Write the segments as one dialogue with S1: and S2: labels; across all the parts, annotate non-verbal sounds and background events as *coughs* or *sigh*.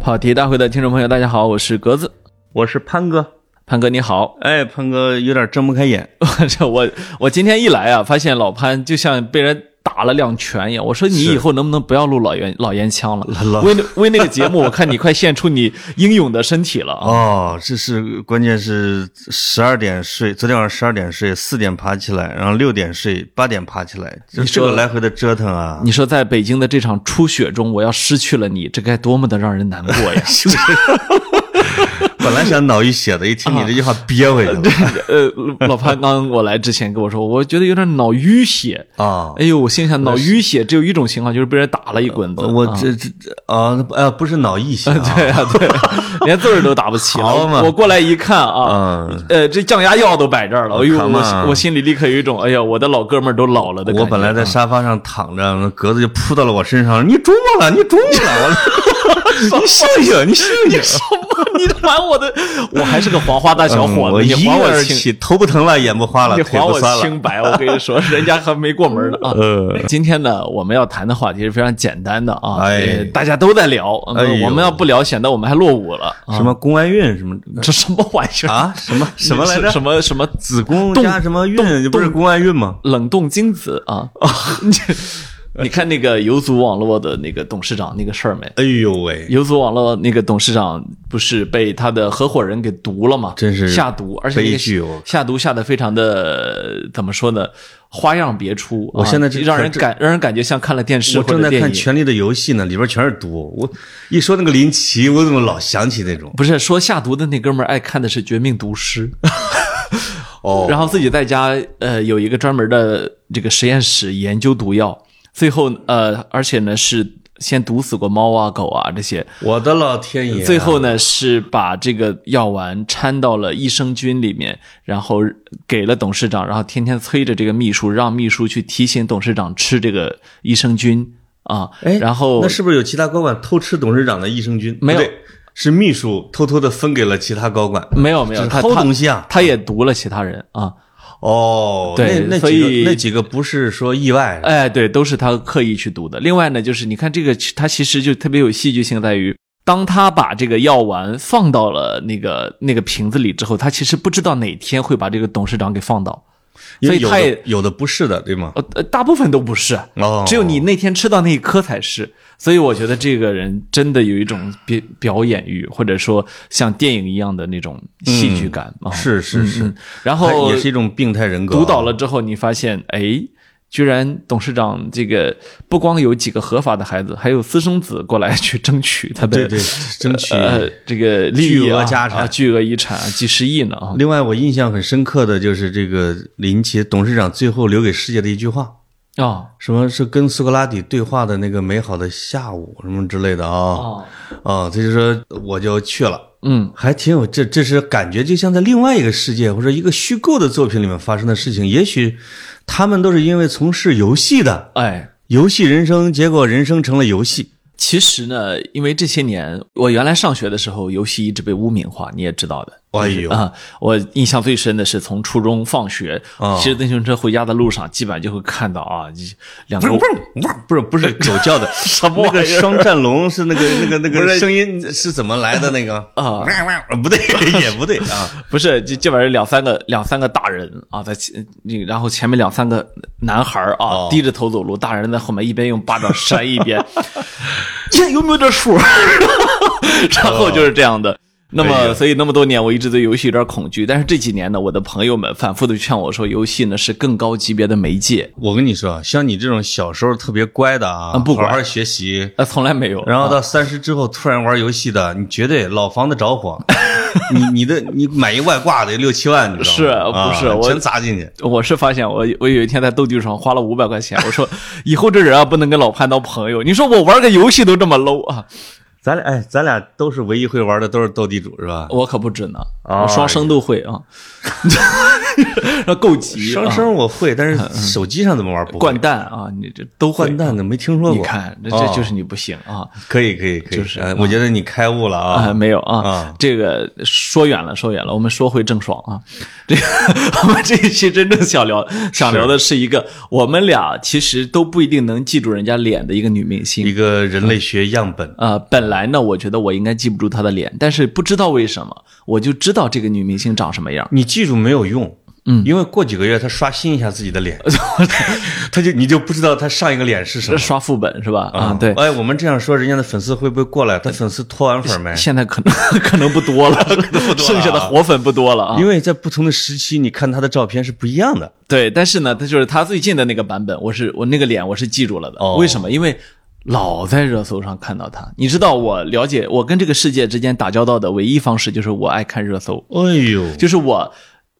S1: 跑题大会的听众朋友，大家好，我是格子，
S2: 我是潘哥。
S1: 潘哥你好， *laughs*
S2: 哎，潘哥有点睁不开眼，
S1: 这我我今天一来啊，发现老潘就像被人打了两拳一样。我说你以后能不能不要录老烟老烟枪了？为那为那个节目，我看你快献出你英勇的身体了啊！
S2: *laughs* 哦，这是关键是十二点睡，昨天晚上十二点睡，四点爬起来，然后六点睡，八点爬起来，就
S1: 你
S2: 这
S1: 说
S2: 个来回的折腾啊，
S1: 你说在北京的这场初雪中，我要失去了你，这该多么的让人难过呀！
S2: 本来想脑溢血的，一
S1: 啊
S2: 听你这句话憋回去了
S1: *laughs* 呃，老潘刚我来之前跟我说，我觉得有点脑淤血。
S2: 啊。
S1: 哎呦，我心想脑淤血只有一种情况，就是被人打了一棍子。
S2: 我这这这啊，哎呀，不是脑溢血啊，
S1: *laughs* 对呀、对，连字儿都打不起
S2: 好
S1: 了。
S2: 嘛
S1: 我过来一看啊，
S2: 嗯
S1: 呃，这降压药都摆这儿了。哎呦，
S2: Come on
S1: 我我心里立刻有一种，哎呀，我的老哥们儿都老了的感觉。啊
S2: 我本来在沙发上躺着，格子就扑到了我身上，你中了，你中了，
S1: *laughs*
S2: 我你醒醒，你醒醒。
S1: 什么？ *laughs* 你还我
S2: *laughs*
S1: 的？我还是个黄花大小
S2: 嗯
S1: 伙
S2: 我
S1: 子，你
S2: 一
S1: 还
S2: 跃
S1: 我
S2: 而
S1: 清
S2: 起，头不疼了，眼不花了，
S1: 你
S2: 腿
S1: 还
S2: 不
S1: 我
S2: 酸了。
S1: 清白，我跟你
S2: *laughs*
S1: 说，人家还没过门呢啊。
S2: 呃
S1: 今天呢，我们要谈的话题是非常简单的啊，
S2: 哎
S1: 呃大家都在聊，嗯
S2: 哎呦
S1: 我们要不聊，显得我们还落伍了。
S2: 什么宫外孕什么
S1: 这什么玩意儿？
S2: 啊？什么什么来着？
S1: 什么什么
S2: 子宫
S1: 冻
S2: 加什么孕？不是宫外孕吗？
S1: 冷冻精子
S2: *laughs*
S1: 啊？你看那个游族网络的那个董事长那个事儿没？
S2: 哎呦喂！
S1: 游族网络那个董事长不是被他的合伙人给毒了吗？
S2: 真是
S1: 下毒，而且那个
S2: 悲剧哦
S1: 下毒下的非常的怎么说呢？花样别出，
S2: 我
S1: 啊
S2: 现在这
S1: 让人
S2: 这
S1: 感让人感觉像看了电视
S2: 我
S1: 或
S2: 正
S1: 者
S2: 在
S1: 电
S2: 看
S1: 影
S2: 《权力的游戏》呢，里边全是毒。我一说那个林奇，我怎么老想起那种？
S1: 不是说下毒的那哥们儿爱看的是《绝命毒师》，
S2: *laughs* 哦
S1: *laughs* 然后自己在家呃有一个专门的这个实验室研究毒药，最后呃而且呢是先毒死过猫啊狗啊这些，
S2: 我的老天爷啊！
S1: 最后呢是把这个药丸掺到了益生菌里面，然后给了董事长，然后天天催着这个秘书，让秘书去提醒董事长吃这个益生菌啊，
S2: 哎，
S1: 然后
S2: 那是不是有其他高管偷吃董事长的益生菌？
S1: 没有
S2: 不对，是秘书偷偷的分给了其他高管。
S1: 没有没有
S2: 这
S1: 他
S2: 偷
S1: 他
S2: 东西啊！
S1: 他也毒了其他人啊。
S2: 哦，
S1: 对
S2: 那那
S1: 所
S2: 几
S1: 以
S2: 个那几个不是说意外，
S1: 哎，对，都是他刻意去读的。另外呢，就是你看这个，他其实就特别有戏剧性，在于当他把这个药丸放到了那个那个瓶子里之后，他其实不知道哪天会把这个董事长给放倒，
S2: 因
S1: 所
S2: 为
S1: 以
S2: 有
S1: 他也
S2: 的有的不是的，对吗？
S1: 呃呃大部分都不是，
S2: 哦，
S1: 只有你那天吃到那一颗才是。所以我觉得这个人真的有一种表表演欲，或者说像电影一样的那种戏剧感啊。
S2: 是是是，
S1: 嗯，然
S2: 嗯他
S1: 后
S2: 也是一种病态人格啊。
S1: 督导了之后，你发现，哎，居然董事长这个不光有几个合法的孩子，还有私生子过来去争
S2: *laughs*
S1: 取他的
S2: 对对，争取。
S1: 呃这个利益、啊、
S2: 巨额家产
S1: 啊巨额遗产啊，几十亿呢啊！
S2: 另外，我印象很深刻的就是这个林奇董事长最后留给世界的一句话，
S1: 哦
S2: 什么是跟苏格拉底对话的那个美好的下午什么之类的啊
S1: 哦，
S2: 啊，他就说我就去了，
S1: 嗯，
S2: 还挺有这这是感觉就像在另外一个世界或者一个虚构的作品里面发生的事情，也许他们都是因为从事游戏的
S1: 哎，
S2: 游戏人生，结果人生成了游戏。
S1: 其实呢，因为这些年我原来上学的时候，游戏一直被污名化，你也知道的。
S2: 哎呦，
S1: 啊、我印象最深的是从初中放学
S2: 哦
S1: 骑着自行车回家的路上，基本上就会看到啊，一两个
S2: 不是
S1: *laughs*
S2: 不是狗叫 *laughs* 的，
S1: 什么
S2: 那
S1: 玩
S2: 个
S1: 意儿
S2: 双战龙是
S1: *laughs*
S2: 那个那个那
S1: 不是
S2: 个声音是怎么来的那个
S1: 啊？
S2: *laughs* 不对，也不对啊。
S1: 不是，这这玩意儿两三个两三个大人啊，在前，那个然后前面两三个男孩儿啊，
S2: 哦
S1: 低着头走路，大人在后面一边用巴掌扇一边， *laughs* 这有没有这数哦儿？ *laughs* 然后就是这样的。那
S2: 哎
S1: 么，
S2: 呀
S1: 所以那么多年，我一直对游戏有点恐惧。但是这几年呢，我的朋友们反复的劝我说，游戏呢是更高级别的媒介。
S2: 我跟你说啊，像你这种小时候特别乖啊的啊，
S1: 嗯不乖
S2: 好好学习，
S1: 呃，从来没有。
S2: 然后到三十之后突然玩游戏的，你绝对老房子着火， *laughs* 你你的你买一外挂得六七万，你知道吗？
S1: 是不是
S2: 啊
S1: 我
S2: 全砸进去。
S1: 我是发现我我有一天在斗地主上花了五百块钱，我说 *laughs* 以后这人啊不能跟老潘当朋友。你说我玩个游戏都这么 low 啊？
S2: 咱俩哎，咱俩都是唯一会玩的，都是斗地主是吧？
S1: 我可不止呢，
S2: 啊
S1: 我双生都会啊，那够急啊
S2: 双，生我会，但是手机上怎么玩不会？
S1: 掼蛋啊，你这都会
S2: 掼。蛋的没听说过。哦
S1: 你看，这这就是你不行啊
S2: 可以可以可以，
S1: 就是
S2: 呃我觉得你开悟了
S1: 啊！
S2: 啊。
S1: 没有啊
S2: 啊，
S1: 这个说远了，说远了，我们说回郑爽啊， *laughs* 这个我们这一期真正想聊想聊的是一个我们俩其实都不一定能记住人家脸的一个女明星
S2: 一个人类学样本，
S1: 啊。本来呢，我觉得我应该记不住她的脸，但是不知道为什么，我就知道这个女明星长什么样。
S2: 你记住没有用，嗯，因为过几个月他刷新一下自己的 *laughs* 脸，他就你就不知道他上一个脸是什
S1: 这
S2: 么
S1: 刷副本是吧？啊，对，
S2: 哎，我们这样说，人家的粉丝会不会过来？他粉丝脱完粉没？
S1: 现在可能哎 *laughs* 可能不多了，啊剩下的活粉不多了啊。
S2: 因为在不同的时期，你看他的照片是不一样的。
S1: 对，但是呢，他就是他最近的那个版本，我是我那个脸我是记住了的。
S2: 哦
S1: 为什么？因为老在热搜上看到他。你知道，我了解我跟这个世界之间打交道的唯一方式就是我爱看热搜，
S2: 哎呦，
S1: 就是我。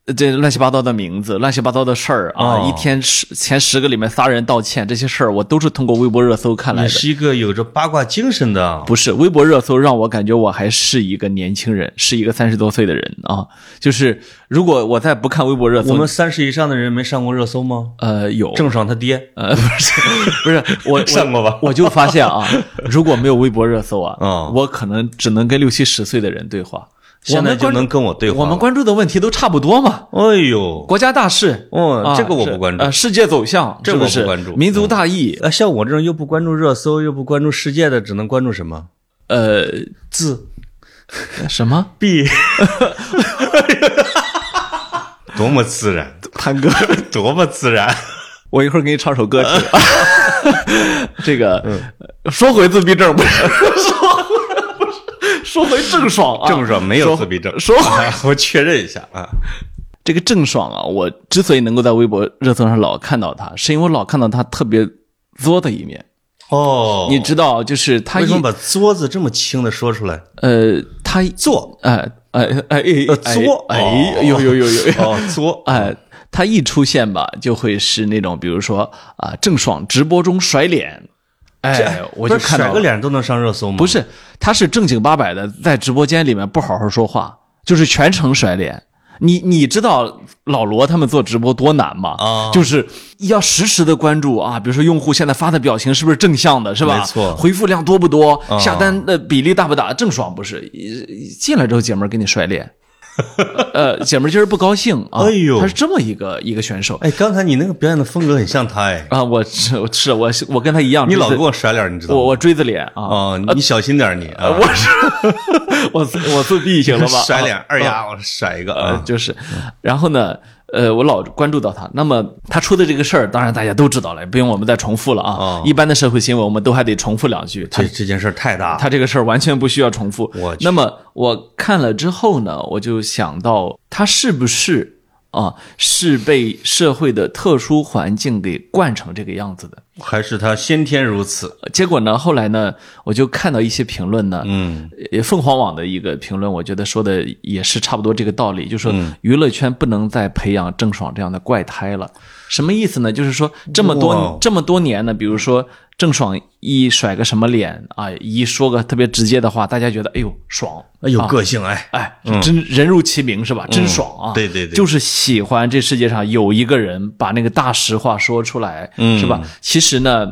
S1: 呃这乱七八糟的名字，乱七八糟的事儿啊！
S2: 哦
S1: 一天十前十个里面仨人道歉，这些事儿我都是通过微博热搜看来的。
S2: 你是一个有着八卦精神的啊。
S1: 不是微博热搜让我感觉我还是一个年轻人，是一个三十多岁的人啊。就是如果我再不看微博热
S2: 我
S1: 搜，
S2: 们三十以上的人没上过热搜吗？
S1: 呃有
S2: 郑爽他爹
S1: 呃， *laughs* 不是，不是，我 *laughs*
S2: 上过吧
S1: 我？我就发现啊，如果没有微博热搜啊，
S2: 嗯
S1: 我可能只能跟六七十岁的人对话。
S2: 现在
S1: 我们
S2: 就
S1: 关注
S2: 能跟我对话了。
S1: 我们关注的问题都差不多嘛，
S2: 哎呦，
S1: 国家大事，
S2: 哦
S1: 啊
S2: 这个我不关注
S1: 呃世界走向，
S2: 这
S1: 是
S2: 我不
S1: 是
S2: 关注嗯
S1: 民族大义，
S2: 那哎像我这种又不关注热搜又不关注世界的，只能关注什么？
S1: 呃，
S2: 字
S1: *laughs* 什
S2: *laughs*
S1: 么？
S2: B，多么自然，
S1: 谭哥，
S2: 多么自然。
S1: 我一会儿给你唱首歌
S2: *laughs*
S1: 曲。这个，
S2: 嗯
S1: 说回自闭症，不
S2: *laughs*
S1: 是说回不是说回郑
S2: *laughs*
S1: 爽啊，
S2: 郑爽没有自闭症，
S1: 说回
S2: 啊我确认一下啊。
S1: 这个郑爽啊，我之所以能够在微博热搜上老看到她，是因为我老看到她特别作的一面。
S2: 哦
S1: 你知道，就是她
S2: 为
S1: 一
S2: 什么把“作”字这么轻的说出来？
S1: 呃，她
S2: 作，
S1: 哎哎哎哎
S2: 呃，作，
S1: 哎呦呦呦呦，
S2: *laughs* 哦，作，
S1: *laughs* 哎，她一出现吧，就会是那种比如说啊，郑爽直播中甩脸，哎，我就
S2: 不是
S1: 看
S2: 甩
S1: 到
S2: 个
S1: 了
S2: 脸都能上热搜吗？
S1: 不，是，她是正经八百的在直播间里面不好好说话，就是全程甩脸。你你知道老罗他们做直播多难吗？
S2: 啊
S1: 就是要实时的关注啊，比如说用户现在发的表情是不是正向的，是吧？
S2: 没错啊
S1: 回复量多不多，下单的比例大不大？郑爽不是一进来之后姐们儿给你甩
S2: *laughs*
S1: 脸，呃，姐们儿就是不高兴啊。
S2: 哎呦
S1: 她是这么一个一个选手
S2: 哎，刚才你那个表演的风格很像他，哎，
S1: 啊，我是我是我是我跟她一样，
S2: 你老
S1: 锥
S2: 给
S1: 子
S2: 我甩脸，你知道
S1: 我
S2: 吗？
S1: 我锥子脸啊，
S2: 哦，你小心点，你啊，
S1: 我是我自我自闭行了吧？
S2: *laughs* 甩脸
S1: 啊
S2: 二丫，我甩一个
S1: 呃，
S2: 啊。
S1: 就是，然后呢，呃，我老关注到他。那么他出的这个事儿，当然大家都知道了，不用我们再重复了啊。
S2: 哦
S1: 一般的社会新闻，我们都还得重复两句。他
S2: 这这件事儿太大了，
S1: 他这个事儿完全不需要重复。
S2: 我去
S1: 那么我看了之后呢，我就想到他是不是啊，是被社会的特殊环境给惯成这个样子的？
S2: 还是他先天如此。
S1: 结果呢，后来呢，我就看到一些评论呢，
S2: 嗯，
S1: 也凤凰网的一个评论，我觉得说的也是差不多这个道理，就是说
S2: 嗯
S1: 娱乐圈不能再培养郑爽这样的怪胎了。什么意思呢？就是说这么
S2: 哇
S1: 多
S2: 哦
S1: 这么多年呢，比如说郑爽一甩个什么脸啊，一说个特别直接的话，大家觉得哎呦爽，
S2: 哎有个性哎，
S1: 哎，真人如其名是吧？真爽啊！
S2: 嗯对对对
S1: 就是喜欢这世界上有一个人把那个大实话说出来，
S2: 嗯
S1: 是吧？其实呢，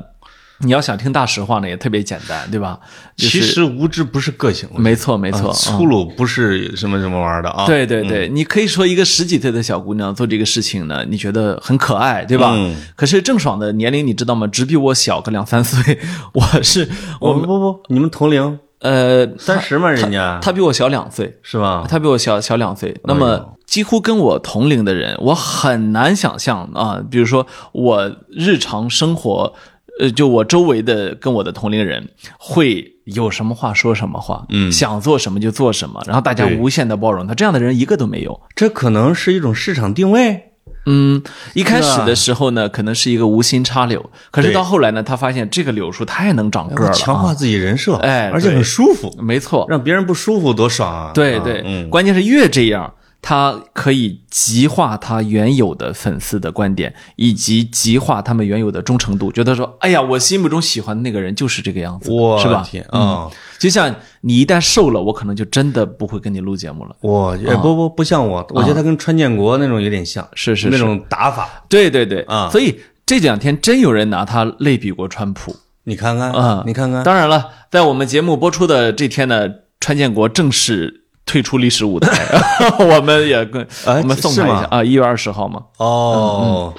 S1: 你要想听大实话呢，也特别简单，对吧？就是
S2: 其实啊无知不是个性，
S1: 没错，没错，
S2: 粗鲁不是什么什么玩意儿的啊。
S1: 对对对，你可以说一个十几岁的小姑娘做这个事情呢，你觉得很可爱，对吧？
S2: 嗯
S1: 可是郑爽的年龄你知道吗？只比我小个两三岁，我是
S2: 我
S1: 我
S2: 们哦不不，你们同龄嗯
S1: 呃，她
S2: 三十嘛，人家
S1: 她比我小两岁，
S2: 是吧？
S1: 他比我小小两
S2: 哎
S1: 岁，那么几乎跟我同龄的人，我很难想象啊。比如说我日常生活，呃，就我周围的跟我的同龄人会有什么话说什么话，嗯，想做什么就做什么，然后大家
S2: 对
S1: 无限的包容他，这样的人一个都没有。
S2: 这可能是一种市场定位。
S1: 嗯，一开始
S2: 是吧啊
S1: 的时候呢，可能是一个无心插柳，可是
S2: 对
S1: 到后来呢，他发现这个柳树太能长个儿了
S2: 强
S1: 啊，
S2: 化自己人设，
S1: 哎
S2: 而且
S1: 对
S2: 很舒服，
S1: 没错，
S2: 让别人不舒服多爽啊！
S1: 对
S2: 啊
S1: 对，
S2: 嗯，
S1: 关键是越这样，他可以极化他原有的粉丝的观点，以及极化他们原有的忠诚度，觉得说，哎呀，我心目中喜欢的那个人就是这个样子，
S2: 我
S1: 是吧？
S2: 天
S1: 嗯，
S2: 啊！
S1: 就像你一旦瘦了，我可能就真的不会跟你录节目了。
S2: 我哎
S1: 啊
S2: 不不不像我，我觉得他跟川建国那种有点像，
S1: 是是是
S2: 那种打法。
S1: 对对对，
S2: 啊
S1: 所以这两天真有人拿他类比过川普。
S2: 你看看
S1: 啊
S2: 你看看，
S1: 当然了，在我们节目播出的这天呢，川建国正式退出历史舞台， *laughs* 我们也跟、
S2: 哎
S1: 我们送他一
S2: 是
S1: 下
S2: 吗
S1: 啊，一月二十号嘛。
S2: 哦，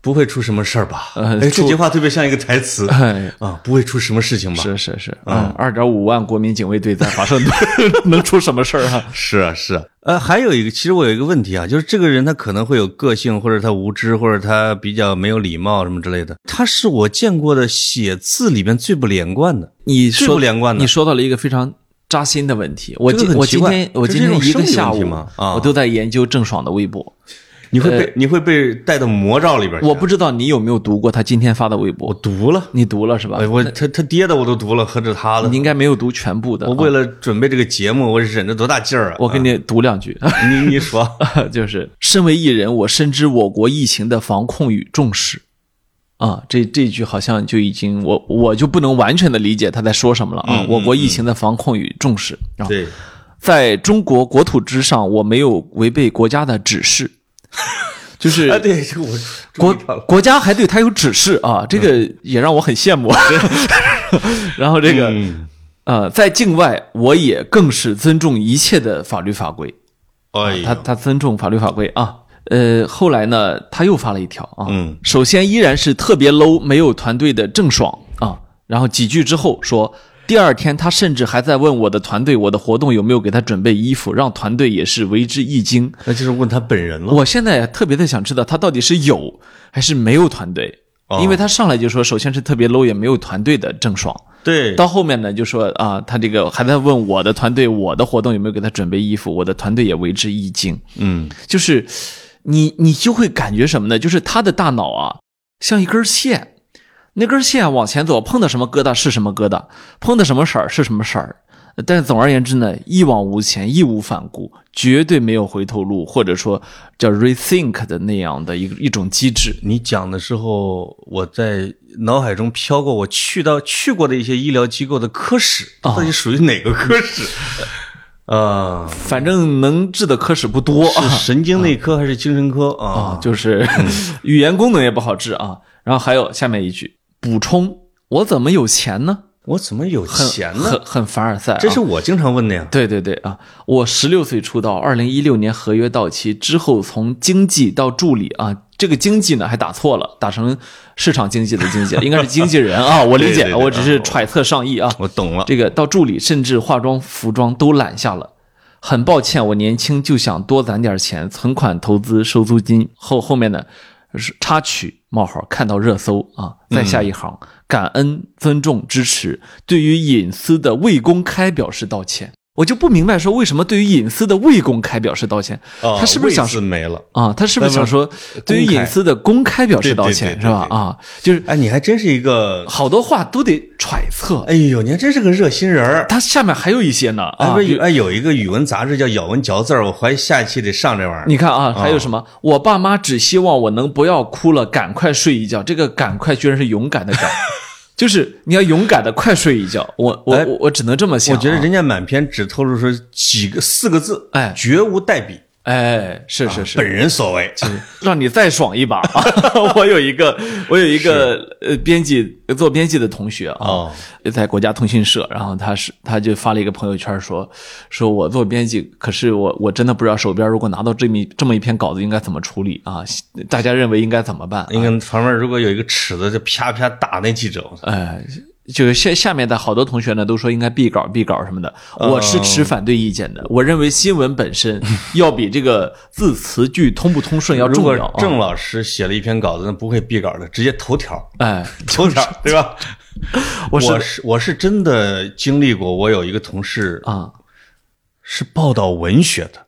S2: 不会出什么事儿吧？
S1: 呃
S2: 哎，
S1: 出
S2: 这句话特别像一个
S1: *laughs*
S2: 台词
S1: 哎
S2: 啊，不会出什么事情吧？
S1: 是是是，嗯，二点五万国民警卫队在华盛顿
S2: *laughs*
S1: 能出什么事儿啊？
S2: 是啊，是啊。呃，还有一个，其实我有一个问题啊，就是这个人他可能会有个性，或者他无知，或者他比较没有礼貌什么之类的。他是我见过的写字里边最不连贯的，
S1: 你
S2: 最不
S1: 说
S2: 连贯的
S1: 你。说到了一个非常扎心的问题。我
S2: 这个
S1: 今
S2: 很
S1: 我
S2: 奇
S1: 今
S2: 怪
S1: 天我
S2: 这
S1: 今
S2: 是一
S1: 天
S2: 种
S1: 一个
S2: 生理
S1: 下
S2: 问
S1: 午
S2: 题吗啊
S1: 我都在研究郑爽的微博。
S2: 你会被呃你会被带到魔罩里边去啊。
S1: 我不知道你有没有读过他今天发的微博，
S2: 我读了，
S1: 你读了是吧
S2: 哎，？我他他爹的我都读了，何止他的
S1: 你？应该没有读全部的。啊
S2: 我为了准备这个节目，我忍着多大劲儿啊！
S1: 我给你读两句。
S2: 啊你你说
S1: *laughs* 就是身为艺人，我深知我国疫情的防控与重视。啊，这这句好像就已经我我就不能完全的理解他在说什么了啊。
S2: 嗯嗯
S1: 我国疫情的防控与重视，啊，
S2: *laughs* 对，
S1: 在中国国土之上，我没有违背国家的指示， *laughs* 就
S2: 啊
S1: 是
S2: 对，这个我
S1: 国
S2: 注意到了
S1: 国家还对他有指示啊，这个也让我很羡慕。啊 *laughs* 然后这个、
S2: 嗯
S1: 呃，在境外我也更是尊重一切的法律法规，
S2: 哎呦，
S1: 他他尊重法律法规啊。呃，后来呢，他又发了一条啊，
S2: 嗯
S1: 首先依然是特别 low 没有团队的郑爽啊，然后几句之后说，第二天他甚至还在问我的团队，我的活动有没有给他准备衣服，让团队也是为之一惊。
S2: 那就是问他本人了。
S1: 我现在特别的想知道他到底是有还是没有团队，
S2: 哦
S1: 因为他上来就说，首先是特别 low 也没有团队的郑爽，
S2: 对，
S1: 到后面呢，就说啊，他这个还在问我的团队，我的活动有没有给他准备衣服，我的团队也为之一惊。
S2: 嗯，
S1: 就是你你就会感觉什么呢？就是他的大脑啊，像一根线，那根线啊往前走，碰到什么疙瘩是什么疙瘩，碰到什么色儿是什么色儿。但是总而言之呢，一往无前，义无反顾，绝对没有回头路，或者说叫 rethink 的那样的一个一种机制。
S2: 你讲的时候，我在脑海中飘过我去到去过的一些医疗机构的科室，
S1: 啊
S2: 到底属于哪个科
S1: *laughs*
S2: 室？啊，
S1: 反正能治的科室不多呃啊，
S2: 是神经内科还是精神科啊？
S1: 就是 *laughs* 语言功能也不好治啊。然后还有下面一句补充：我怎么有钱呢？
S2: 我怎么有
S1: 很
S2: 钱呢
S1: 很？很凡尔赛、啊，
S2: 这是我经常问的呀。
S1: 对对对啊！我十六岁出道，二零一六年合约到期之后，从经纪到助理啊，这个经纪呢还打错了，打成市场经济的经济，应该是经纪人啊。我理解，
S2: 对对对
S1: 我只是揣测上意啊。
S2: 我懂了，
S1: 这个到助理，甚至化妆、服装都揽下了。很抱歉，我年轻就想多攒点钱，存款、投资、收租金。后后面呢是插曲冒号看到热搜啊，再下一
S2: 嗯
S1: 行，感恩、尊重、支持，对于隐私的未公开表示道歉。我就不明白说为什么对于隐私的未公开表示道歉，
S2: 啊
S1: 他是不是想
S2: 位置没了？
S1: 啊？他是不是想说对于隐私的公开表示道歉
S2: 对对对
S1: 是
S2: 对
S1: 吧？啊，就是
S2: 哎，你还真是一个，
S1: 好多话都得揣测。
S2: 哎呦，你还真是个热心人儿。
S1: 他下面还有一些呢
S2: 哎，
S1: 啊
S2: 不，是有哎有一个语文杂志叫《咬文嚼字》，我怀疑下一期得上这玩意
S1: 你看啊，还有什么？我爸妈只希望我能不要哭了，赶快睡一觉。这个“赶快”居然是勇敢的“
S2: *laughs*
S1: 赶”，就是你要勇敢的快睡一觉。我我
S2: 哎
S1: 我我只能这么
S2: 儿。
S1: 想、啊
S2: 我觉得，人家满篇只透露出几个四个字，
S1: 哎
S2: 绝无代笔，
S1: 哎，是是
S2: 啊本
S1: 是，
S2: 人所为。
S1: *laughs* 让你再爽一把。
S2: *laughs*
S1: 我有一个，我有一个呃，编辑做编辑的同学啊，
S2: 哦，
S1: 在国家通讯社，然后他是他就发了一个朋友圈说，说我做编辑，可是我我真的不知道手边如果拿到这么一这么一篇稿子应该怎么处理啊？大家认为应该怎么办啊？
S2: 应该旁边如果有一个尺子，就啪啪打那记者。
S1: 呃，就是下下面的好多同学呢都说应该避稿避稿什么的，
S2: 哦
S1: 我是持反对意见的。我认为新闻本身要比这个字词句通不通顺要
S2: 如
S1: 重
S2: 果
S1: 要、啊。
S2: 郑老师写了一篇稿子，那不会避稿的，直接
S1: *laughs*
S2: 头条，
S1: 哎，
S2: 头条，对吧？
S1: *laughs* 我是
S2: 我是我是真的经历过，我有一个同事
S1: 啊
S2: 是报道文学的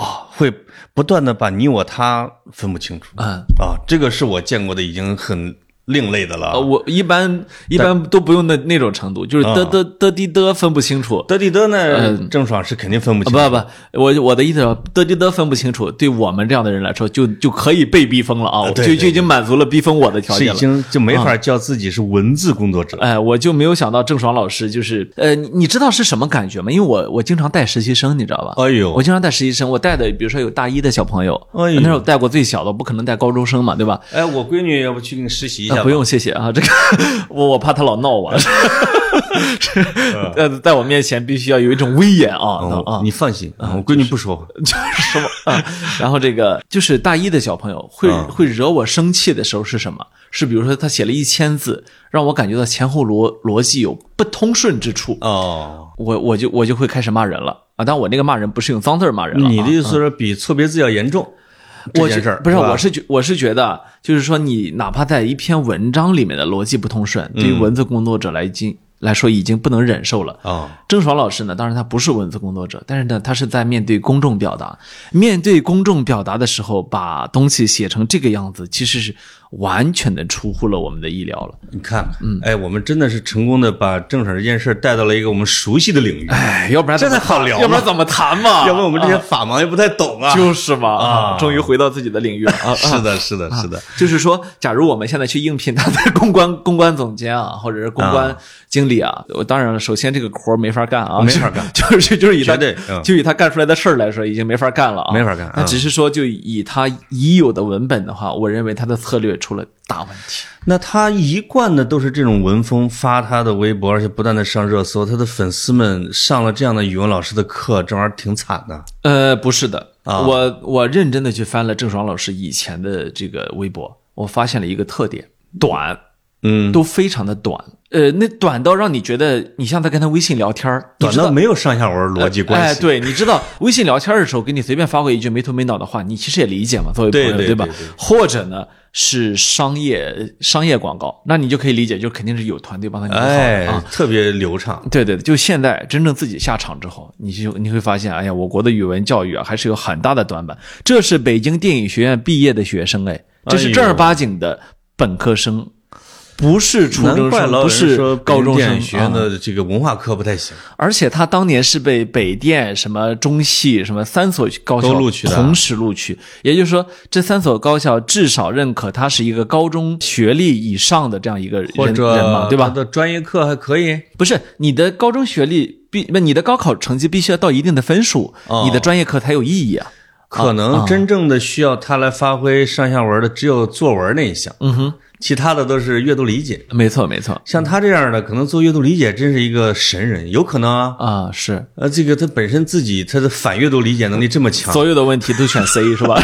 S2: 啊，会不断的把你我他分不清楚
S1: 嗯。
S2: 啊，这个是我见过的已经很另类的了
S1: 呃，
S2: 啊。
S1: 我一般一般都不用那那种程度，就是的的的的的分不清
S2: *laughs*
S1: 楚，
S2: 德蒂德呢，郑爽是肯定分不
S1: 呃啊
S2: 清楚，
S1: 不不，我我的意思是的的的分不清楚，对我们这样的人来说，就就可以被逼疯了啊，
S2: 对
S1: 就
S2: 对
S1: 就已经满足了逼疯我的条
S2: 是
S1: 件
S2: 已
S1: 了。啊
S2: 经就没法叫自己是文字工作者。
S1: 哎，我就没有想到郑爽老师就是，呃，你你知道是什么感觉吗？因为我我经常带实习生，你知道吧？
S2: 哎呦
S1: 呃我经常带实习生，我带的比如说有大一的小朋友，
S2: 哎呦 *laughs*
S1: 那时候带过最小的，不可能带高中生嘛，对吧？
S2: 哎，我闺女要不去给你实习一下嗯吧。
S1: 不用谢谢啊，这个我我怕他老闹我。是 *laughs* 呃，在我面前必须要有一种威严啊
S2: 嗯，
S1: 啊！
S2: 你放心，啊我闺女不说话。
S1: 就是嘛、啊。然后这个就是大一的小朋友会、
S2: 嗯
S1: 会惹我生气的时候是什么？是比如说他写了一千字，让我感觉到前后逻逻辑有不通顺之处，
S2: 哦，
S1: 我我就我就会开始骂人了啊！但我那个骂人不是用脏字儿骂人了、啊，
S2: 你的意思是比错别字要严重？
S1: 我
S2: 这件事儿
S1: 不是，
S2: 吧
S1: 我是觉我是觉得，就是说你哪怕在一篇文章里面的逻辑不通顺，
S2: 嗯
S1: 对于文字工作者来经来说已经不能忍受了。
S2: 哦，
S1: 郑爽老师呢，当然他不是文字工作者，但是呢，他是在面对公众表达，面对公众表达的时候，把东西写成这个样子，其实是完全的出乎了我们的意料了。
S2: 你看，哎，我们真的是成功的把郑爽这件事儿带到了一个我们熟悉的领域，
S1: 哎，要不然
S2: 这
S1: 怎么
S2: 才好聊嘛
S1: 要不然怎么谈嘛？
S2: *laughs* 要不然我们这些
S1: 啊
S2: 法盲也不太懂啊。
S1: 就是嘛
S2: 啊
S1: 终于回到自己的领域了啊！啊
S2: 是的，是的，是的，
S1: 就是说，假如我们现在去应聘他的公关公关总监啊，或者是公关经理啊，我当然了，首先这个活儿没法干啊，
S2: 哦没法干
S1: 就，就是就是以他
S2: 绝对嗯
S1: 就以他干出来的事儿来说，已经没法干了啊，
S2: 没法干
S1: 那
S2: 嗯
S1: 只是说，就以他已有的文本的话，我认为他的策略出了大问题。
S2: 那他一贯的都是这种文风，发他的微博，而且不断的上热搜。他的粉丝们上了这样的语文老师的课，这玩意儿挺惨的。
S1: 呃，不是的，
S2: 啊
S1: 我我认真的去翻了郑爽老师以前的这个微博，我发现了一个特点，短。
S2: 嗯，
S1: 都非常的短，呃，那短到让你觉得你像在跟他微信聊天儿，你
S2: 短
S1: 知道
S2: 到没有上下文逻辑关系。
S1: 哎，对，你知道微信聊天的时候，给你随便发过一句没头没脑的话，你其实也理解嘛，作为朋友，
S2: 对对
S1: 吧
S2: 对对？
S1: 或者呢是商业商业广告，那你就可以理解，就肯定是有团队帮他拟好的
S2: 哎
S1: 啊。，
S2: 特别流畅。
S1: 对对，就现在真正自己下场之后，你就你会发现，哎呀，我国的语文教育啊，还是有很大的短板。这是北京电影学院毕业的学生，哎，这
S2: 哎
S1: 是
S2: 呦
S1: 正儿八经的本科生，不是初
S2: 难
S1: 中
S2: 怪
S1: 生，
S2: 老有
S1: 不
S2: 人
S1: 是
S2: 说
S1: 高中
S2: 北京电
S1: 生
S2: 影学院
S1: 啊
S2: 的这个文化课不太行。
S1: 而且他当年是被北电、什么中戏、什么三所高校
S2: 都录取的
S1: 同时录取，也就是说，这三所高校至少认可他是一个高中学历以上的这样一个人
S2: 或
S1: 人嘛
S2: 者，
S1: 对
S2: 他
S1: 吧？啊
S2: 的专业课还可以，
S1: 不是你的高中学历必不，你的高考成绩必须要到一定的分数，
S2: 哦
S1: 你的专业课才有意义啊。
S2: 可能真正的需要他来发挥上下文的只有作文那一项，
S1: 嗯哼，
S2: 其他的都是阅读理解。
S1: 没错没错
S2: 像他这样的，可能做阅读理解真是一个神人，有可能啊。
S1: 啊，是
S2: 呃，这个他本身自己他的反阅读理解能力这么强，
S1: 所有的问题都选 C
S2: *laughs*
S1: 是吧？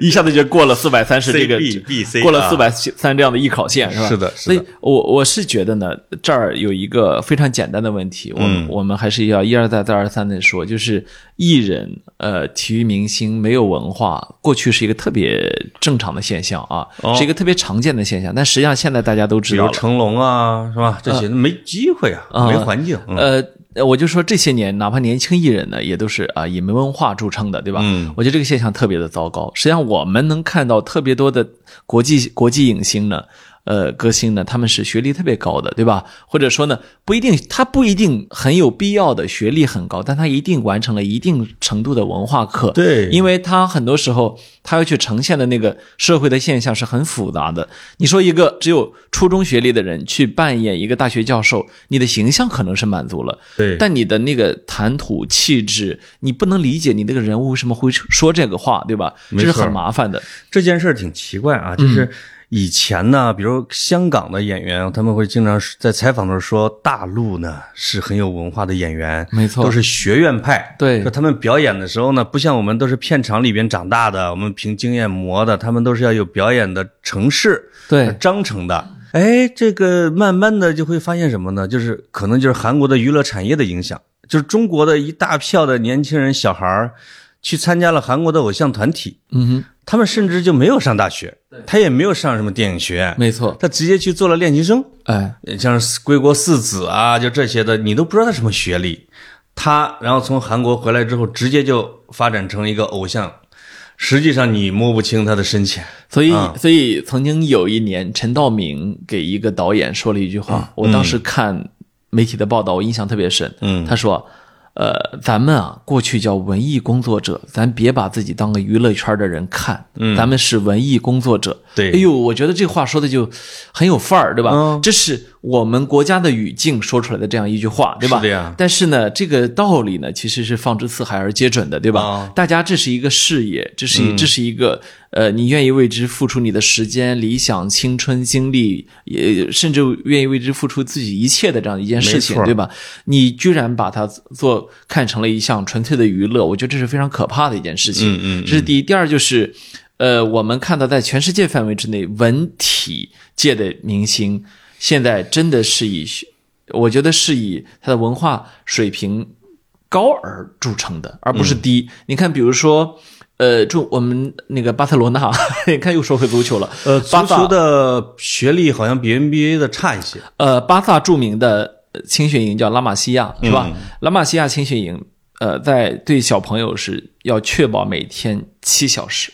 S1: 一下子就过了四百三十
S2: C
S1: 这个
S2: B B C
S1: 过了
S2: 啊
S1: 四百三这样的艺考线是吧？
S2: 是的是
S1: 所
S2: 的
S1: 以我我是觉得呢，这儿有一个非常简单的问题，我们、
S2: 嗯
S1: 我们还是要一而再再而三的说，就是艺人呃体育明星没有文化，过去是一个特别正常的现象啊，
S2: 哦
S1: 是一个特别常见的现象，但实际上现在大家都知
S2: 比
S1: 道
S2: 如
S1: 了。呃
S2: 成龙啊，是吧？这些没机会啊，
S1: 啊
S2: 没环境。嗯
S1: 呃，我就说这些年，哪怕年轻艺人呢，也都是啊以没文化著称的，对吧？
S2: 嗯
S1: 我觉得这个现象特别的糟糕。实际上，我们能看到特别多的国际国际影星呢，呃，歌星呢，他们是学历特别高的，对吧？或者说呢，不一定，他不一定很有必要的学历很高，但他一定完成了一定程度的文化课。
S2: 对
S1: 因为他很多时候他要去呈现的那个社会的现象是很复杂的。你说一个只有初中学历的人去扮演一个大学教授，你的形象可能是满足了，
S2: 对，
S1: 但你的那个谈吐气质，你不能理解你那个人物为什么会说这个话，对吧？这
S2: 错
S1: 是很麻烦的。
S2: 这件事儿挺奇怪
S1: 嗯
S2: 啊，就是以前呢，比如香港的演员，他们会经常在采访的时候说，大陆呢是很有文化的演员，
S1: 没错
S2: 都是学院派。
S1: 对
S2: 说他们表演的时候呢，不像我们都是片场里边长大的，我们凭经验磨的，他们都是要有表演的程式，
S1: 对
S2: 章程的。哎，这个慢慢的就会发现什么呢？就是可能就是韩国的娱乐产业的影响，就是中国的一大票的年轻人小孩儿去参加了韩国的偶像团体，
S1: 嗯
S2: 他们甚至就没有上大学，他也没有上什么电影学院
S1: 哼，，没错。
S2: 他直接去做了练习生，
S1: 哎，
S2: 像是归国四子啊，就这些的，你都不知道他什么学历。他然后从韩国回来之后，直接就发展成一个偶像，实际上你摸不清他的深浅。
S1: 所以
S2: 啊，
S1: 所以曾经有一年，陈道明给一个导演说了一句话，我当时看媒体的报道，我印象特别深。
S2: 嗯
S1: 他说：“呃，咱们啊，过去叫文艺工作者，咱别把自己当个娱乐圈的人看，嗯，咱们是文艺工作者。”
S2: 对
S1: 哎呦，我觉得这话说的就很有范儿，对吧？
S2: 嗯
S1: 这是我们国家的语境说出来的这样一句话，对吧？
S2: 是的呀
S1: 但是呢，这个道理呢，其实是放之四海而皆准的，对吧？
S2: 啊
S1: 大家这是一个事业，这是一、这是一个呃，你愿意为之付出你的时间、理想、青春、精力，也甚至愿意为之付出自己一切的这样一件事情
S2: 没，错
S1: 对吧？你居然把它做看成了一项纯粹的娱乐，我觉得这是非常可怕的一件事情。
S2: 嗯嗯嗯
S1: 这是第一，第二就是，呃，我们看到在全世界范围之内，文体界的明星现在真的是以，我觉得是以他的文化水平高而著称的，而不
S2: 嗯
S1: 是低。你看，比如说。呃，就我们那个巴塞罗那， *laughs* 你看又说回足球了。
S2: 呃，足
S1: 巴萨
S2: 球的学历好像比 NBA 的差一些。
S1: 呃，巴萨著名的呃青训营叫拉玛西亚，
S2: 嗯
S1: 是吧？拉玛西亚青训营，呃，在对小朋友是要确保每天七小时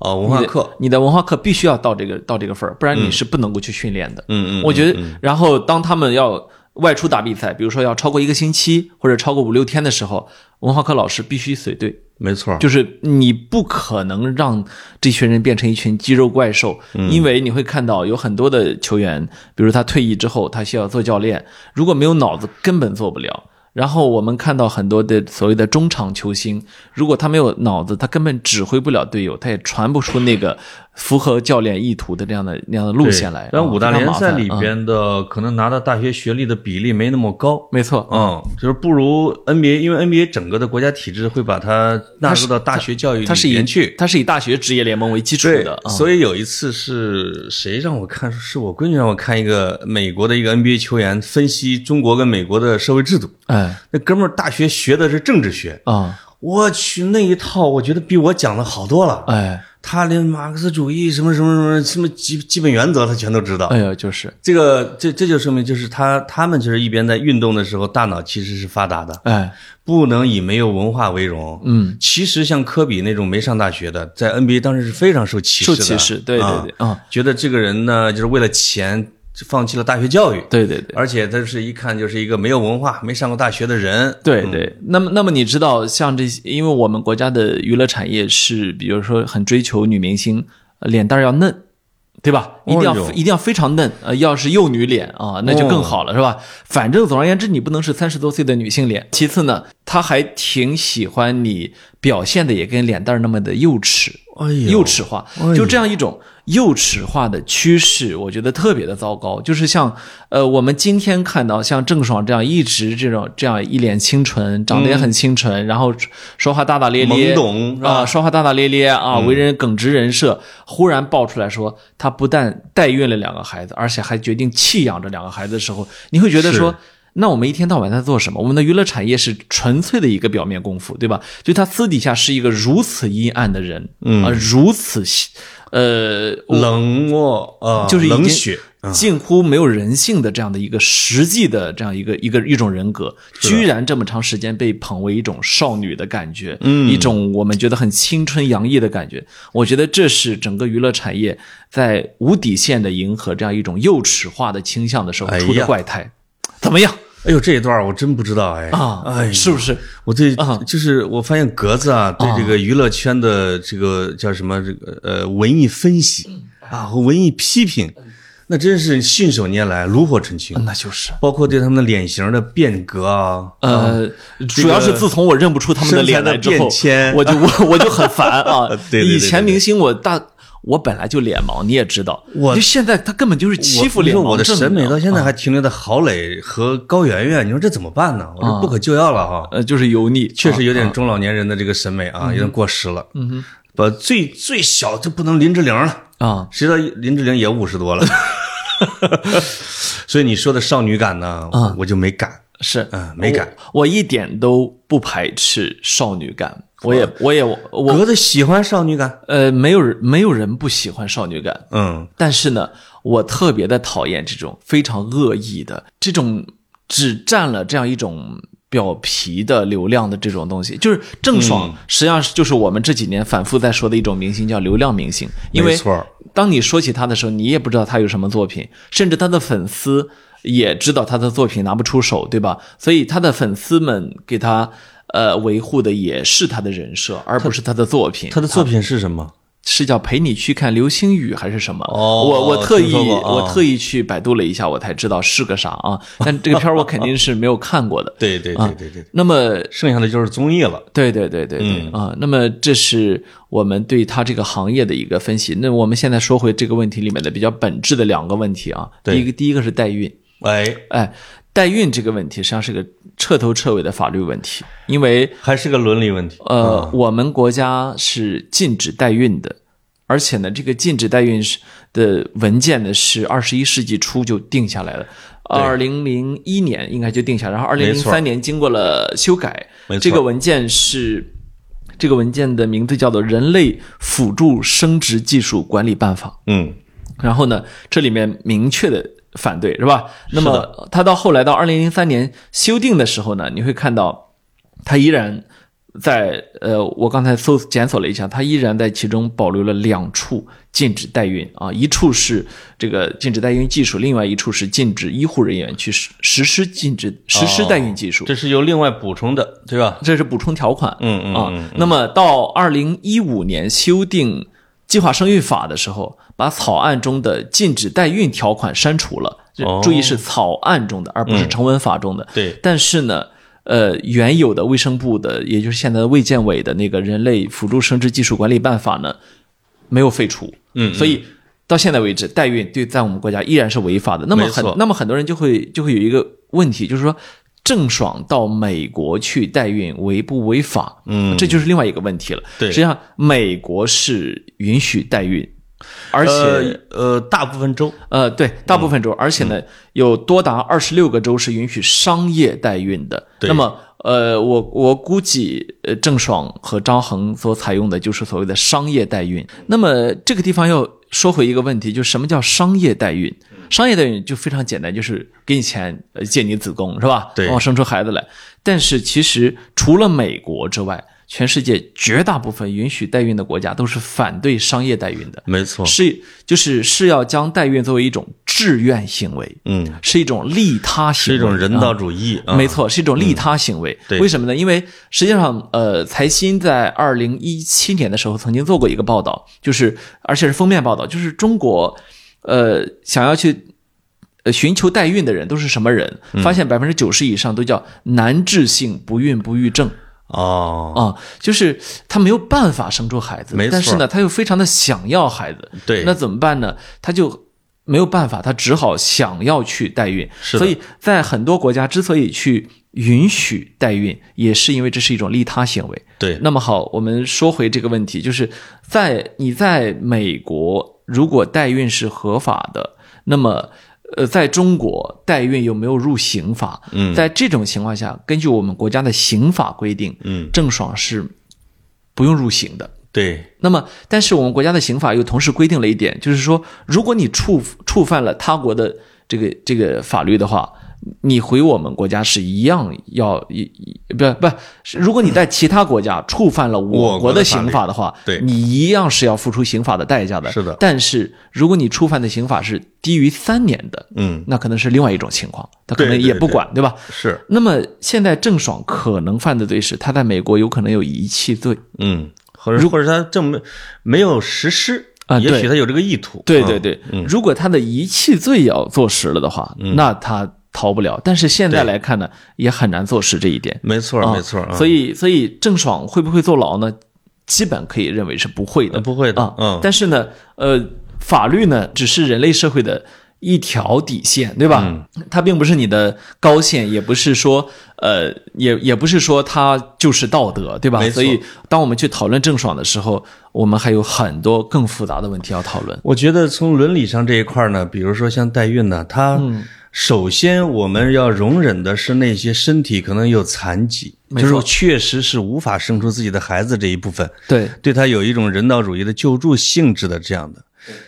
S2: 哦，文化课，
S1: 你的文化课必须要到这个到这个份儿，不然你是不能够去训练的。
S2: 嗯嗯，
S1: 我觉得，然后当他们要外出打比赛，比如说要超过一个星期或者超过五六天的时候，文化课老师必须随队。
S2: 没错，
S1: 就是你不可能让这群人变成一群肌肉怪兽，
S2: 嗯
S1: 因为你会看到有很多的球员，比如他退役之后，他需要做教练，如果没有脑子，根本做不了。然后我们看到很多的所谓的中场球星，如果他没有脑子，他根本指挥不了队友，他也传不出那个符合教练意图的这样的那样的路
S2: 对嗯
S1: 线来。
S2: 但
S1: 啊
S2: 五大
S1: 非常
S2: 联
S1: 麻
S2: 赛
S1: 烦
S2: 里
S1: 啊
S2: 边的可能拿到大学学历的比例没那么高。
S1: 没错，
S2: 嗯，就是不如 NBA，因为 NBA 整个的国家体制会把它纳入到大学教育
S1: 他是
S2: 里
S1: 以
S2: 面去。
S1: 他是以大学职业联盟为基础
S2: 对
S1: 的，啊，
S2: 所以有一次是谁让我看？是我闺女让我看一个美国的一个 NBA 球员分析中国跟美国的社会制度。
S1: 哎
S2: 那哥们儿大学学的是政治学，
S1: 啊
S2: 我去那一套，我觉得比我讲的好多了。
S1: 哎
S2: 他连马克思主义什么什么什么什么基基本原则他全都知道。
S1: 哎呦，就是
S2: 这个这这就说明，就是他他们就是一边在运动的时候，大脑其实是发达的，
S1: 哎
S2: 不能以没有文化为荣。
S1: 嗯，
S2: 其实像科比那种没上大学的，在 NBA 当时是非常受歧视
S1: 受
S2: 的，
S1: 歧视，对对
S2: 啊
S1: 对，啊。
S2: 觉得这个人呢，就是为了钱放弃了大学教育，
S1: 对对对。
S2: 而且他是一看就是一个没有文化、没上过大学的人。嗯
S1: 对对，那么那么你知道，像这些，因为我们国家的娱乐产业是，比如说很追求女明星呃脸蛋儿要嫩，对吧？一定要、
S2: 哎呦
S1: 一定要非常嫩，呃，要是幼女脸啊，那就更
S2: 哦
S1: 好了，是吧？反正总而言之，你不能是三十多岁的女性脸。其次呢，他还挺喜欢你表现的也跟脸蛋儿那么的幼稚，
S2: 哎呦
S1: 幼稚化，就这样一种幼稚化的趋势，我觉得特别的糟糕。就是像呃，我们今天看到像郑爽这样一直这种这样一脸清纯，长得也很清纯，然后说话大大咧咧，
S2: 嗯懵懂
S1: 啊、说话大大咧咧啊，为人耿直人设，忽然爆出来说她不但代孕了两个孩子，而且还决定弃养这两个孩子的时候，你会觉得说
S2: 是。
S1: 那我们一天到晚在做什么？我们的娱乐产业是纯粹的一个表面功夫，对吧？就他私底下是一个如此阴暗的人，嗯，如此细，呃，
S2: 冷漠啊，
S1: 就是已经
S2: 冷血。嗯
S1: 近乎没有人性的这样的一个实际的这样一个一个一种人格，居然这么长时间被捧为一种少女的感觉，嗯，一种我们觉得很青春洋溢的感觉。我觉得这是整个娱乐产业在无底线的迎合这样一种幼齿化的倾向的时候
S2: 哎呀
S1: 出的怪胎，怎么样
S2: 哎呦，这一段我真不知道哎
S1: 啊？
S2: 哎呦，
S1: 是不是？
S2: 我对
S1: 啊
S2: 就是我发现格子啊，对这个娱乐圈的这个叫什么这个呃文艺分
S1: 嗯
S2: 析啊和文艺批评，那真是信手拈来，炉火纯青。
S1: 嗯那就是。
S2: 包括对他们的脸型的变革啊，
S1: 呃，主要是自从我认不出他们的脸来之
S2: 身材的
S1: 后
S2: 变，迁
S1: 我就我我就很烦啊。
S2: *laughs* 对对对对
S1: 以前明星我大我本来就脸盲，你也知道，
S2: 我
S1: 就现在他根本就是欺负脸
S2: 我你说我
S1: 盲
S2: 的
S1: 症。啊
S2: 审美到现在还停留在郝蕾和高圆圆，你说这怎么办呢？我这不可救药了哈。
S1: 呃就是油腻，
S2: 确实
S1: 啊
S2: 有点中老年人的这个审美啊，有点过时了。嗯哼，把最最小就不能林志玲了，
S1: 啊。
S2: 谁知道林志玲也五十多了。 *laughs* 所以你说的少女感呢，
S1: 啊
S2: 我就没感。
S1: 是，
S2: 嗯没感
S1: 我，我一点都不排斥少女感，我也，我也，我，
S2: 格子喜欢少女感，
S1: 呃，没有人，没有人不喜欢少女感，
S2: 嗯，
S1: 但是呢，我特别的讨厌这种非常恶意的、这种只占了这样一种表皮的流量的这种东西。就是郑爽，实际上是就是我们这几年反复在说的一种明星，叫流量明星。因
S2: 没
S1: 为
S2: 错
S1: 当你说起他的时候，你也不知道他有什么作品，甚至他的粉丝也知道他的作品拿不出手，对吧？所以他的粉丝们给他。呃，维护的也是他的人设，而不是他的作品。
S2: 她的作品是什么？
S1: 是叫陪你去看流星雨还是什么？
S2: 哦
S1: 我我特意、
S2: 听说过啊。
S1: 我特意去百度了一下，我才知道是个啥啊。但这个片儿我肯定是没有看过的 *laughs*
S2: 对对对对对，
S1: 那么
S2: 剩下的就是综艺了。
S1: 对对对对对、
S2: 嗯
S1: 啊！那么这是我们对它这个行业的一个分析。那我们现在说回这个问题里面的比较本质的两个问题啊，第
S2: 对
S1: 一个第一个是代孕，
S2: 哎，
S1: 哎，代孕这个问题实际上是个彻头彻尾的法律问题，因为
S2: 还是个伦理问题。啊
S1: 呃，我们国家是禁止代孕的，而且呢，这个禁止代孕是的文件呢是二十一世纪初就定下来了。二零零一年应该就定下来，然后二零
S2: 没
S1: 零
S2: 错
S1: 三年经过了修改
S2: 没，错
S1: 这个文件是这个文件的名字叫做《人类辅助生殖技术管理办法》。
S2: 嗯，
S1: 然后呢，这里面明确的反对是吧？那么他到后来到二零零三年修订的时候呢，你会看到他依然在呃，我刚才搜检索了一下，他依然在呃其中保留了两处禁止代孕啊，一处是这个禁止代孕技术，另外一处是禁止医护人员去实实施禁止实施代孕技术。
S2: 这是由另外补充的，对吧？
S1: 这是补充条款，
S2: 嗯嗯嗯
S1: 啊。那么到二零一五年修订计划生育法的时候，把草案中的禁止代孕条款删除了。这
S2: 哦嗯
S1: 注意是草案中的，而不是成文法中的。
S2: 对
S1: 但是呢，呃，原有的卫生部的，也就是现在的卫健委的那个《人类辅助生殖技术管理办法》呢，没有废除。
S2: 嗯嗯
S1: 所以到现在为止，代孕对在我们国家依然是违法的。那么
S2: 没
S1: 很
S2: 错
S1: 那么很多人就会就会有一个问题，就是说郑爽到美国去代孕违不违法？
S2: 嗯
S1: 这就是另外一个问题了。
S2: 对
S1: 实际上美国是允许代孕，而且、
S2: 呃呃，大部分州
S1: 呃，对，大部分
S2: 嗯
S1: 州，而且呢，有多达二十六个州是允许商业代孕的。
S2: 对
S1: 那么，呃，我我估计，呃，郑爽和张恒所采用的就是所谓的商业代孕。那么，这个地方要说回一个问题，就什么叫商业代孕？
S2: 嗯
S1: 商业代孕就非常简单，就是给你钱，呃，借你子宫，是吧？
S2: 对
S1: 往生出孩子来。但是其实除了美国之外，全世界绝大部分允许代孕的国家都是反对商业代孕的。
S2: 没错。
S1: 是就是是要将代孕作为一种志愿行为，
S2: 嗯，
S1: 是一种利他行
S2: 是
S1: 为，
S2: 一种人道
S1: 啊
S2: 主义啊。
S1: 没错，是一种利他行为。
S2: 对
S1: 为什么呢？因为实际上，呃，财新在二零一七年的时候曾经做过一个报道，就是而且是封面报道，就是中国，呃，想要去。呃，寻求代孕的人都是什么人？
S2: 嗯
S1: 发现百分之九十以上都叫难治性不孕不育症
S2: 哦，
S1: 啊、就是他没有办法生出孩子
S2: 没，错
S1: 但是呢，他又非常的想要孩子，
S2: 对，
S1: 那怎么办呢？他就没有办法，他只好想要去代孕。
S2: 是的
S1: 所以在很多国家之所以去允许代孕，也是因为这是一种利他行为。
S2: 对，
S1: 那么好，我们说回这个问题，就是在你在美国，如果代孕是合法的，那么。呃，在中国代孕有没有入刑法？
S2: 嗯
S1: 在这种情况下，根据我们国家的刑法规定，
S2: 嗯，
S1: 郑爽是不用入刑的。
S2: 对，
S1: 那么，但是我们国家的刑法又同时规定了一点，就是说，如果你触触犯了他国的这个这个法律的话，你回我们国家是一样要一一不不，是如果你在其他国家触犯了我
S2: 我国
S1: 国
S2: 的
S1: 的刑法的话，
S2: 律对
S1: 你一样是要付出刑法的代价的。
S2: 是的
S1: 但是如果你触犯的刑法是低于三年的，
S2: 嗯，
S1: 那可能是另外一种情况，他可
S2: 对
S1: 能
S2: 对
S1: 也不
S2: 对
S1: 管，对吧？
S2: 是，
S1: 那么现在郑爽可能犯的罪是，她在美国有可能有遗弃罪。
S2: 嗯，或者或者他证明没有实施
S1: 啊
S2: 也
S1: 对
S2: 许他有这个意图。
S1: 对
S2: 啊
S1: 对，对，如果他的遗弃罪要坐实了的话，
S2: 嗯
S1: 那他逃不了。但是现在来看呢，也很难坐实这一点。
S2: 没错
S1: 啊
S2: 没错啊。
S1: 所以，所以郑爽会不会坐牢呢？基本可以认为是不会
S2: 呃
S1: 的
S2: 不会的
S1: 啊，。
S2: 嗯，
S1: 但是呢，呃，法律呢，只是人类社会的一条底线，对吧？
S2: 嗯
S1: 它并不是你的高线，也不是说，呃，也也不是说它就是道德，对吧
S2: 没？
S1: 所
S2: 错
S1: 以，当我们去讨论郑爽的时候，我们还有很多更复杂的问题要讨论。
S2: 我觉得从伦理上这一块呢，比如说像代孕呢，它首先我们要容忍的是那些身体可能有残疾，
S1: 嗯没
S2: 就
S1: 错
S2: 是确实是无法生出自己的孩子这一部分，
S1: 对，
S2: 对他有一种人道主义的救助性质的这样的。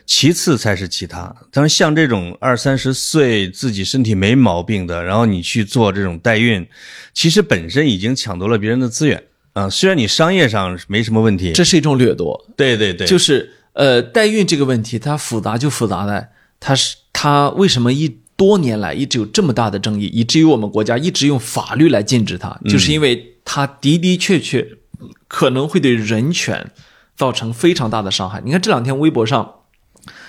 S2: 其次才是其他，当然像这种二三十岁自己身体没毛病的，然后你去做这种代孕，其实本身已经抢夺了别人的资源啊。虽然你商业上没什么问题，
S1: 这是一种掠夺，
S2: 对对对，
S1: 就是呃，代孕这个问题，它复杂就复杂在它是它为什么一多年来一直有这么大的争议，以至于我们国家一直用法律来禁止它，就是因为它的的确确可能会对人权造成非常大的伤害。你看这两天微博上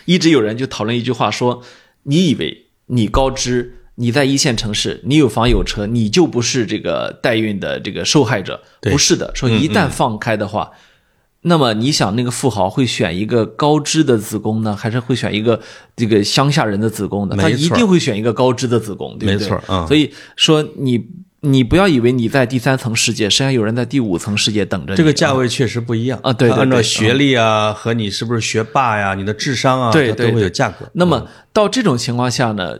S1: 一直有人就讨论一句话说：“你以为你高知，你在一线城市，你有房有车，你就不是这个代孕的这个受害者？
S2: 对嗯
S1: 不是的，说一旦放开的话。那么你想，那个富豪会选一个高知的子宫呢，还是会选一个这个乡下人的子宫呢？他
S2: 没错
S1: 一定会选一个高知的子宫，对不对？
S2: 没错嗯
S1: 所以说你你不要以为你在第三层世界，实际上有人在第五层世界等着你。
S2: 这个价位确实不一样
S1: 啊对对
S2: 它按照
S1: 对
S2: 学历啊和你是不是学霸呀、你的智商啊，
S1: 对
S2: 它
S1: 对
S2: 都会有价格。
S1: 那么到这种情况下呢，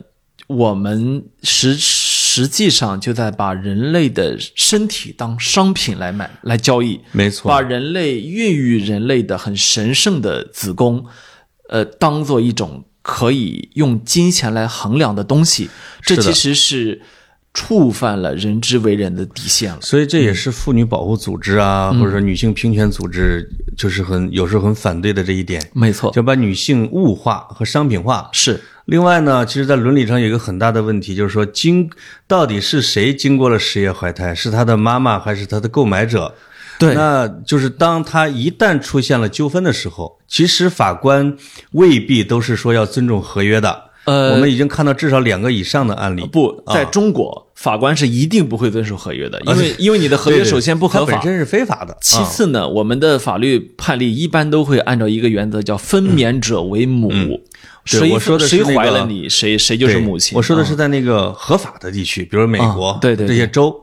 S1: 我们实实际上就在把人类的身体当商品来买来交易，
S2: 没错，
S1: 把人类孕育人类的很神圣的子宫，呃，当做一种可以用金钱来衡量的东西，这
S2: 是的
S1: 其实是触犯了人之为人的底线了。
S2: 所以这也
S1: 嗯
S2: 是妇女保护组织啊，或者说女性平权组织，就是很有时候很反对的这一点，
S1: 没错，
S2: 就把女性物化和商品化。
S1: 是
S2: 另外呢，其实，在伦理上有一个很大的问题，就是说经到底是谁经过了实验怀胎，是她的妈妈还是她的购买者？
S1: 对
S2: 那就是当她一旦出现了纠纷的时候，其实法官未必都是说要尊重合约的。
S1: 呃
S2: 我们已经看到至少两个以上的案例，
S1: 不在中国，法官是一定不会遵守合约的，因为因为你的合
S2: 啊对
S1: 约
S2: 对
S1: 首先不合
S2: 它
S1: 法
S2: 本，身是非法的。啊
S1: 其次呢，我们的法律判例一般都会按照一个原则，叫分娩者为母。
S2: 嗯对
S1: 谁
S2: 我说的是
S1: 谁
S2: 那个
S1: 怀了你，谁谁就是
S2: 对
S1: 母亲。啊嗯
S2: 我说的是在那个合法的地区，比如美国，
S1: 啊对对
S2: 这
S1: 对
S2: 些州，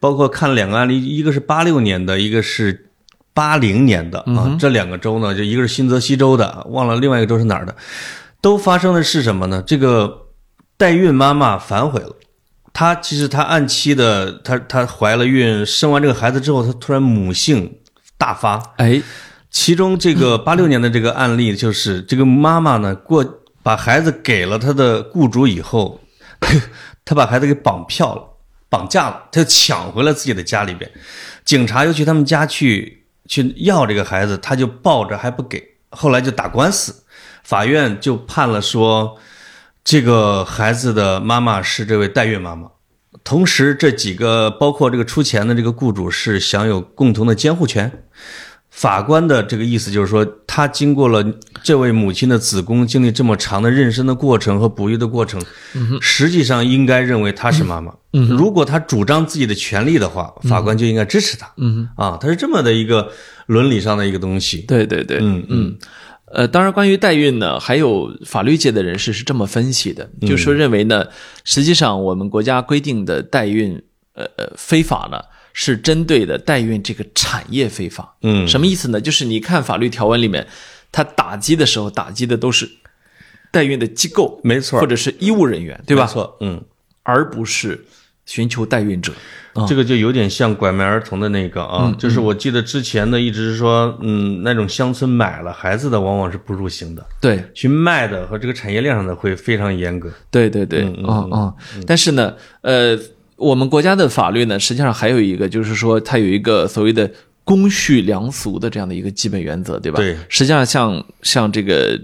S2: 包括看了两个案例，一个是八六年的，一个是八零年的
S1: 嗯
S2: 啊。这两个州呢，就一个是新泽西州的，忘了另外一个州是哪儿的，都发生的是什么呢？这个代孕妈妈反悔了。她其实她按期的，她她怀了孕，生完这个孩子之后，她突然母性大发，
S1: 哎，
S2: 其中这个八六年的这个案例，就是这个妈妈呢过把孩子给了她的雇主以后， *coughs* 她把孩子给绑票了，绑架了，她就抢回了自己的家里边。警察又去他们家去去要这个孩子，她就抱着还不给，后来就打官司，法院就判了说，这个孩子的妈妈是这位代孕妈妈。同时，这几个包括这个出钱的这个雇主是享有共同的监护权，法官的这个意思就是说，他经过了这位母亲的子宫经历这么长的妊娠的过程和哺育的过程，实际上应该认为她是妈妈。如果她主张自己的权利的话，法官就应该支持她。嗯啊，它是这么的一个伦理上的一个东西。
S1: 对对对，
S2: 嗯嗯，
S1: 呃，当然，关于代孕呢，还有法律界的人士是这么分析的，
S2: 嗯
S1: 就说认为呢，实际上我们国家规定的代孕，呃呃，非法呢，是针对的代孕这个产业非法。
S2: 嗯
S1: 什么意思呢？就是你看法律条文里面，它打击的时候打击的都是代孕的机构，
S2: 没错
S1: 或者是医务人员，对吧？
S2: 没错，嗯，
S1: 而不是寻求代孕者。
S2: 这个就有点像拐卖儿童的那个
S1: 嗯
S2: 啊，就是我记得之前的一直是说，嗯，那种乡村买了孩子的往往是不入刑的，
S1: 对，
S2: 去卖的和这个产业链上的会非常严格。
S1: 对对对，嗯嗯但是呢，呃，我们国家的法律呢，实际上还有一个，就是说它有一个所谓的公序良俗的这样的一个基本原则，对吧？
S2: 对
S1: 实际上像像这个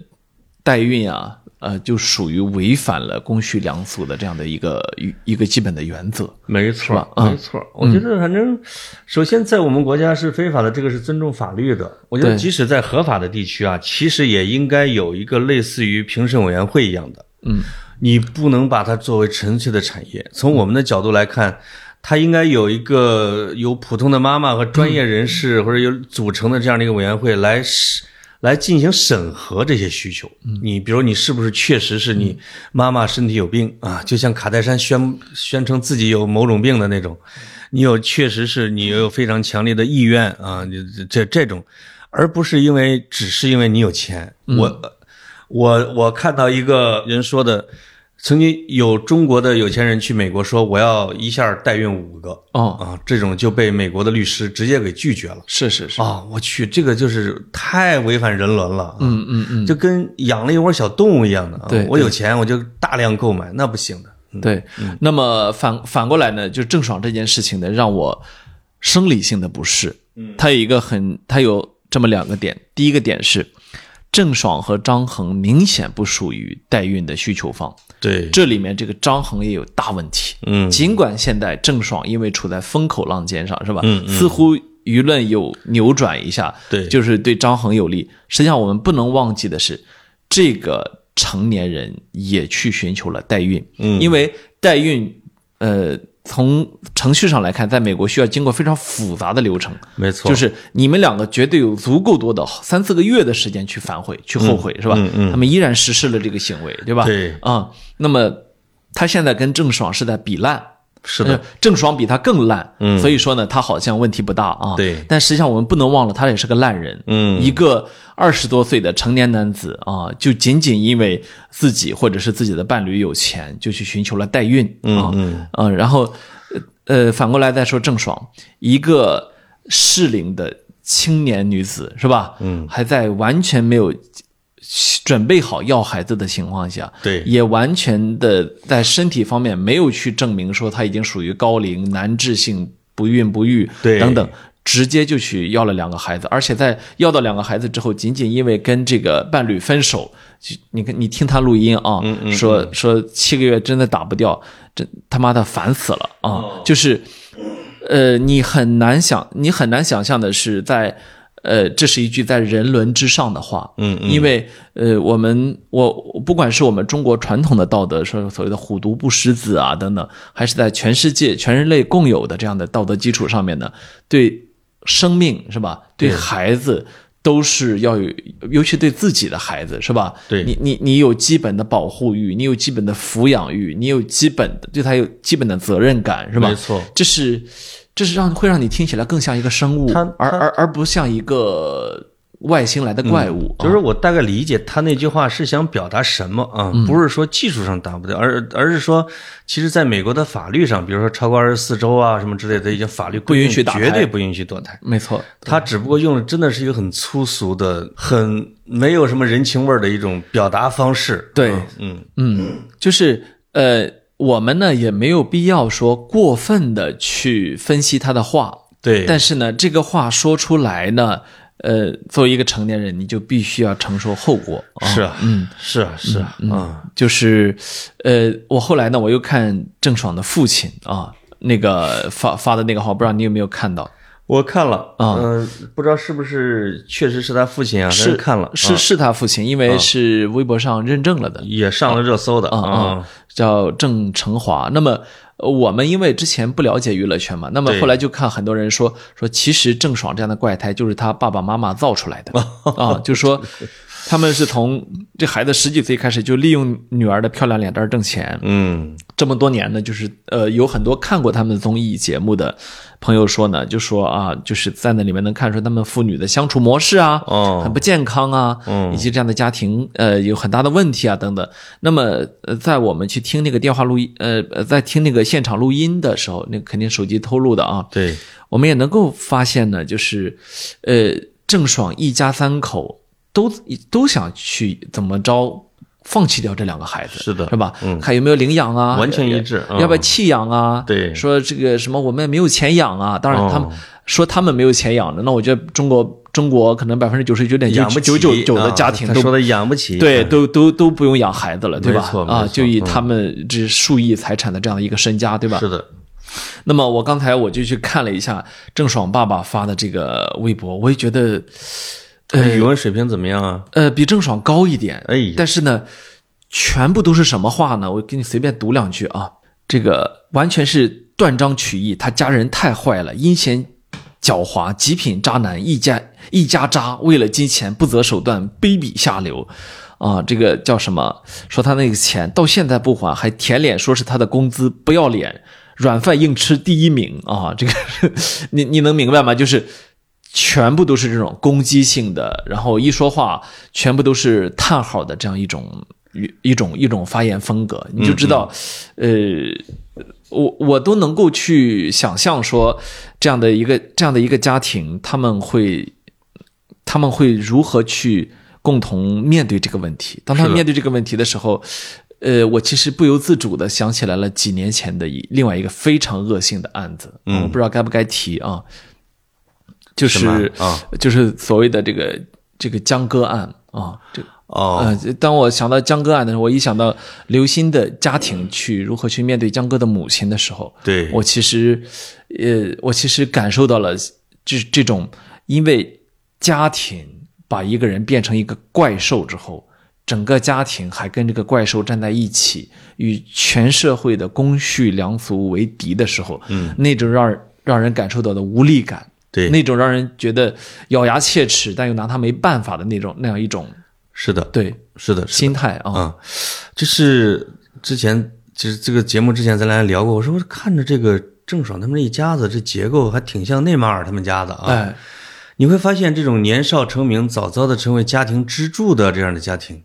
S1: 代孕啊，呃，就属于违反了公序良俗的这样的一个一一个基本的原则。
S2: 没错，
S1: 嗯
S2: 没错。我觉得反正，首先在我们国家是非法的，这个是尊重法律的。我觉得
S1: 对
S2: 即使在合法的地区啊，其实也应该有一个类似于评审委员会一样的。
S1: 嗯，
S2: 你不能把它作为纯粹的产业。从我们的角度来看，它应该有一个由普通的妈妈和专业人士或者有组成的这样的一个委员会来审来进行审核这些需求。你比如你是不是确实是你妈妈身体有病啊？就像卡戴珊宣宣称自己有某种病的那种，你有确实是你有非常强烈的意愿啊，你这这种，而不是因为只是因为你有钱。我我我看到一个人说的，曾经有中国的有钱人去美国说我要一下代孕五个
S1: 哦，
S2: 啊，这种就被美国的律师直接给拒绝了。
S1: 是是是，
S2: 啊、我去，这个就是太违反人伦了，嗯，
S1: 嗯嗯嗯，
S2: 就跟养了一窝小动物一样的。啊
S1: 对
S2: 我有钱我就大量购买，那不行的。
S1: 对。
S2: 嗯
S1: 那么反反过来呢，就郑爽这件事情呢，让我生理性的不适。嗯，它有一个很，它有这么两个点。第一个点是，郑爽和张恒明显不属于代孕的需求方，
S2: 对，
S1: 这里面这个张恒也有大问题。
S2: 嗯
S1: 尽管现在郑爽因为处在风口浪尖上，是吧？
S2: 嗯嗯
S1: 似乎舆论有扭转一下，
S2: 对
S1: 就是对张恒有利。实际上，我们不能忘记的是，这个成年人也去寻求了代孕，
S2: 嗯
S1: 因为代孕，呃，从程序上来看，在美国需要经过非常复杂的流程，
S2: 没错，
S1: 就是你们两个绝对有足够多的三四个月的时间去反悔、去后悔，是吧？
S2: 嗯嗯
S1: 他们依然实施了这个行为，对吧？
S2: 对
S1: 啊、那么他现在跟郑爽是在比烂。
S2: 是的
S1: 呃，郑爽比他更烂，
S2: 嗯
S1: 所以说呢，他好像问题不大啊。
S2: 对
S1: 但实际上我们不能忘了，他也是个烂人，
S2: 嗯
S1: 一个二十多岁的成年男子啊，就仅仅因为自己或者是自己的伴侣有钱，就去寻求了代孕啊，
S2: 嗯
S1: 嗯，然后呃，反过来再说郑爽，一个适龄的青年女子是吧？
S2: 嗯，
S1: 还在完全没有准备好要孩子的情况下，
S2: 对
S1: 也完全的在身体方面没有去证明说她已经属于高龄难治性不孕不育
S2: 对
S1: 等等。直接就去要了两个孩子，而且在要到两个孩子之后，仅仅因为跟这个伴侣分手，就你看你听她录音啊，
S2: 嗯
S1: 说说七个月真的打不掉，真他妈的烦死了啊！就是，呃，你很难想，你很难想象的是在，呃，这是一句在人伦之上的话，
S2: 嗯嗯
S1: 因为呃，我们我我不管是我们中国传统的道德，说所谓的虎毒不食子啊等等，还是在全世界全人类共有的这样的道德基础上面呢，对生命是吧？对孩子。都是要有，尤其对自己的孩子是吧？
S2: 对
S1: 你你你有基本的保护欲，你有基本的抚养欲，你有基本的对他有基本的责任感是吧？
S2: 没错
S1: 这是这是让会让你听起来更像一个生物，
S2: 他
S1: 而
S2: 他
S1: 而而不像一个外星来的怪物。啊
S2: 嗯就是我大概理解他那句话是想表达什么啊？
S1: 嗯
S2: 不是说技术上达不到，而而是说，其实在美国的法律上，比如说超过二十四周啊什么之类的，已经法律规定
S1: 不允许打胎
S2: 绝对不允许堕胎。
S1: 没错，
S2: 他只不过用的真的是一个很粗俗的、很没有什么人情味儿的一种表达方式。
S1: 对
S2: 嗯，
S1: 嗯，就是呃，我们呢也没有必要说过分的去分析他的话，
S2: 对，
S1: 但是呢，这个话说出来呢，呃，作为一个成年人，你就必须要承受后果。啊
S2: 是啊，
S1: 嗯，
S2: 是啊，是啊，嗯，
S1: 就是，呃，我后来呢，我又看郑爽的父亲啊，那个发发的那个话，不知道你有没有看到？
S2: 我看了，
S1: 啊
S2: 嗯，不知道是不是确实是他父亲啊，但
S1: 是
S2: 看了，
S1: 是
S2: 啊
S1: 是他父亲，因为是微博上认证了的，
S2: 也上了热搜的
S1: 啊啊，叫郑成华。那么呃我们因为之前不了解娱乐圈嘛，那么
S2: 对
S1: 后来就看很多人说说，其实郑爽这样的怪胎就是他爸爸妈妈造出来的
S2: *laughs*
S1: 啊，就说他们是从这孩子十几岁开始就利用女儿的漂亮脸蛋儿挣钱，
S2: 嗯，
S1: 这么多年呢，就是呃，有很多看过他们的综艺节目的朋友说呢，就说啊，就是在那里面能看出他们父女的相处模式啊，
S2: 哦
S1: 很不健康啊，
S2: 嗯
S1: 以及这样的家庭呃有很大的问题啊等等。那么呃，在我们去听那个电话录音，呃，呃在听那个现场录音的时候，那肯定手机偷录的啊，
S2: 对，
S1: 我们也能够发现呢，就是，呃，郑爽一家三口都都想去怎么着。放弃掉这两个孩子，
S2: 是的
S1: 是吧？
S2: 嗯
S1: 看有没有领养啊，
S2: 完全一致
S1: 要
S2: 嗯
S1: 要不要弃养啊？
S2: 对
S1: 说这个什么我们也没有钱养啊。当然，他们
S2: 哦
S1: 说他们没有钱养的，那我觉得中国中国可能百分之九十九点
S2: 养不
S1: 九
S2: 起
S1: 九九的
S2: 啊
S1: 家庭
S2: 他
S1: 都
S2: 说的养不起，
S1: 对，
S2: 嗯，
S1: 都都都不用养孩子了，对吧？
S2: 没错没
S1: 啊，
S2: 错
S1: 就以
S2: 嗯
S1: 他们这数亿财产的这样的一个身家，对吧？
S2: 是的，
S1: 那么我刚才我就去看了一下郑爽爸爸发的这个微博，我也觉得，
S2: 他语文水平怎么样啊？
S1: 呃，比郑爽高一点。
S2: 哎呀
S1: 呃但是呢，全部都是什么话呢？我给你随便读两句啊，这个完全是断章取义。他家人太坏了，阴险狡猾，极品渣男，一家一家渣，为了金钱不择手段，卑鄙下流。啊，这个叫什么？说他那个钱到现在不还，还舔脸说是他的工资，不要脸，软饭硬吃第一名啊！这个你你能明白吗？就是全部都是这种攻击性的，然后一说话全部都是叹号的这样一种一一种一种发言风格，你就知道，呃，我我都能够去想象说这样的一个这样的一个家庭，他们会他们会如何去共同面对这个问题？当他们面对这个问题的时候，呃，我其实不由自主的想起来了几年前的一另外一个非常恶性的案子，嗯、我不知道该不该提啊，就
S2: 什么
S1: 是
S2: 啊
S1: 就是所谓的这个这个江歌案啊，这
S2: 哦，
S1: 呃，当我想到江歌案的时候，我一想到刘鑫的家庭去如何去面对江歌的母亲的时候，
S2: 对，
S1: 我其实，呃，我其实感受到了这这种因为家庭把一个人变成一个怪兽之后，整个家庭还跟这个怪兽站在一起，与全社会的公序良俗为敌的时候，嗯，那种让人让人感受到的无力感，
S2: 对
S1: 那种让人觉得咬牙切齿但又拿他没办法的那种那样一种
S2: 是的，
S1: 对
S2: 是的，是的
S1: 心态啊，
S2: 啊，就是之前就是这个节目之前咱俩聊过，我说我看着这个郑爽他们这一家子，这结构还挺像内马尔他们家的啊。
S1: 哎，
S2: 你会发现，这种年少成名、早早的成为家庭支柱的这样的家庭，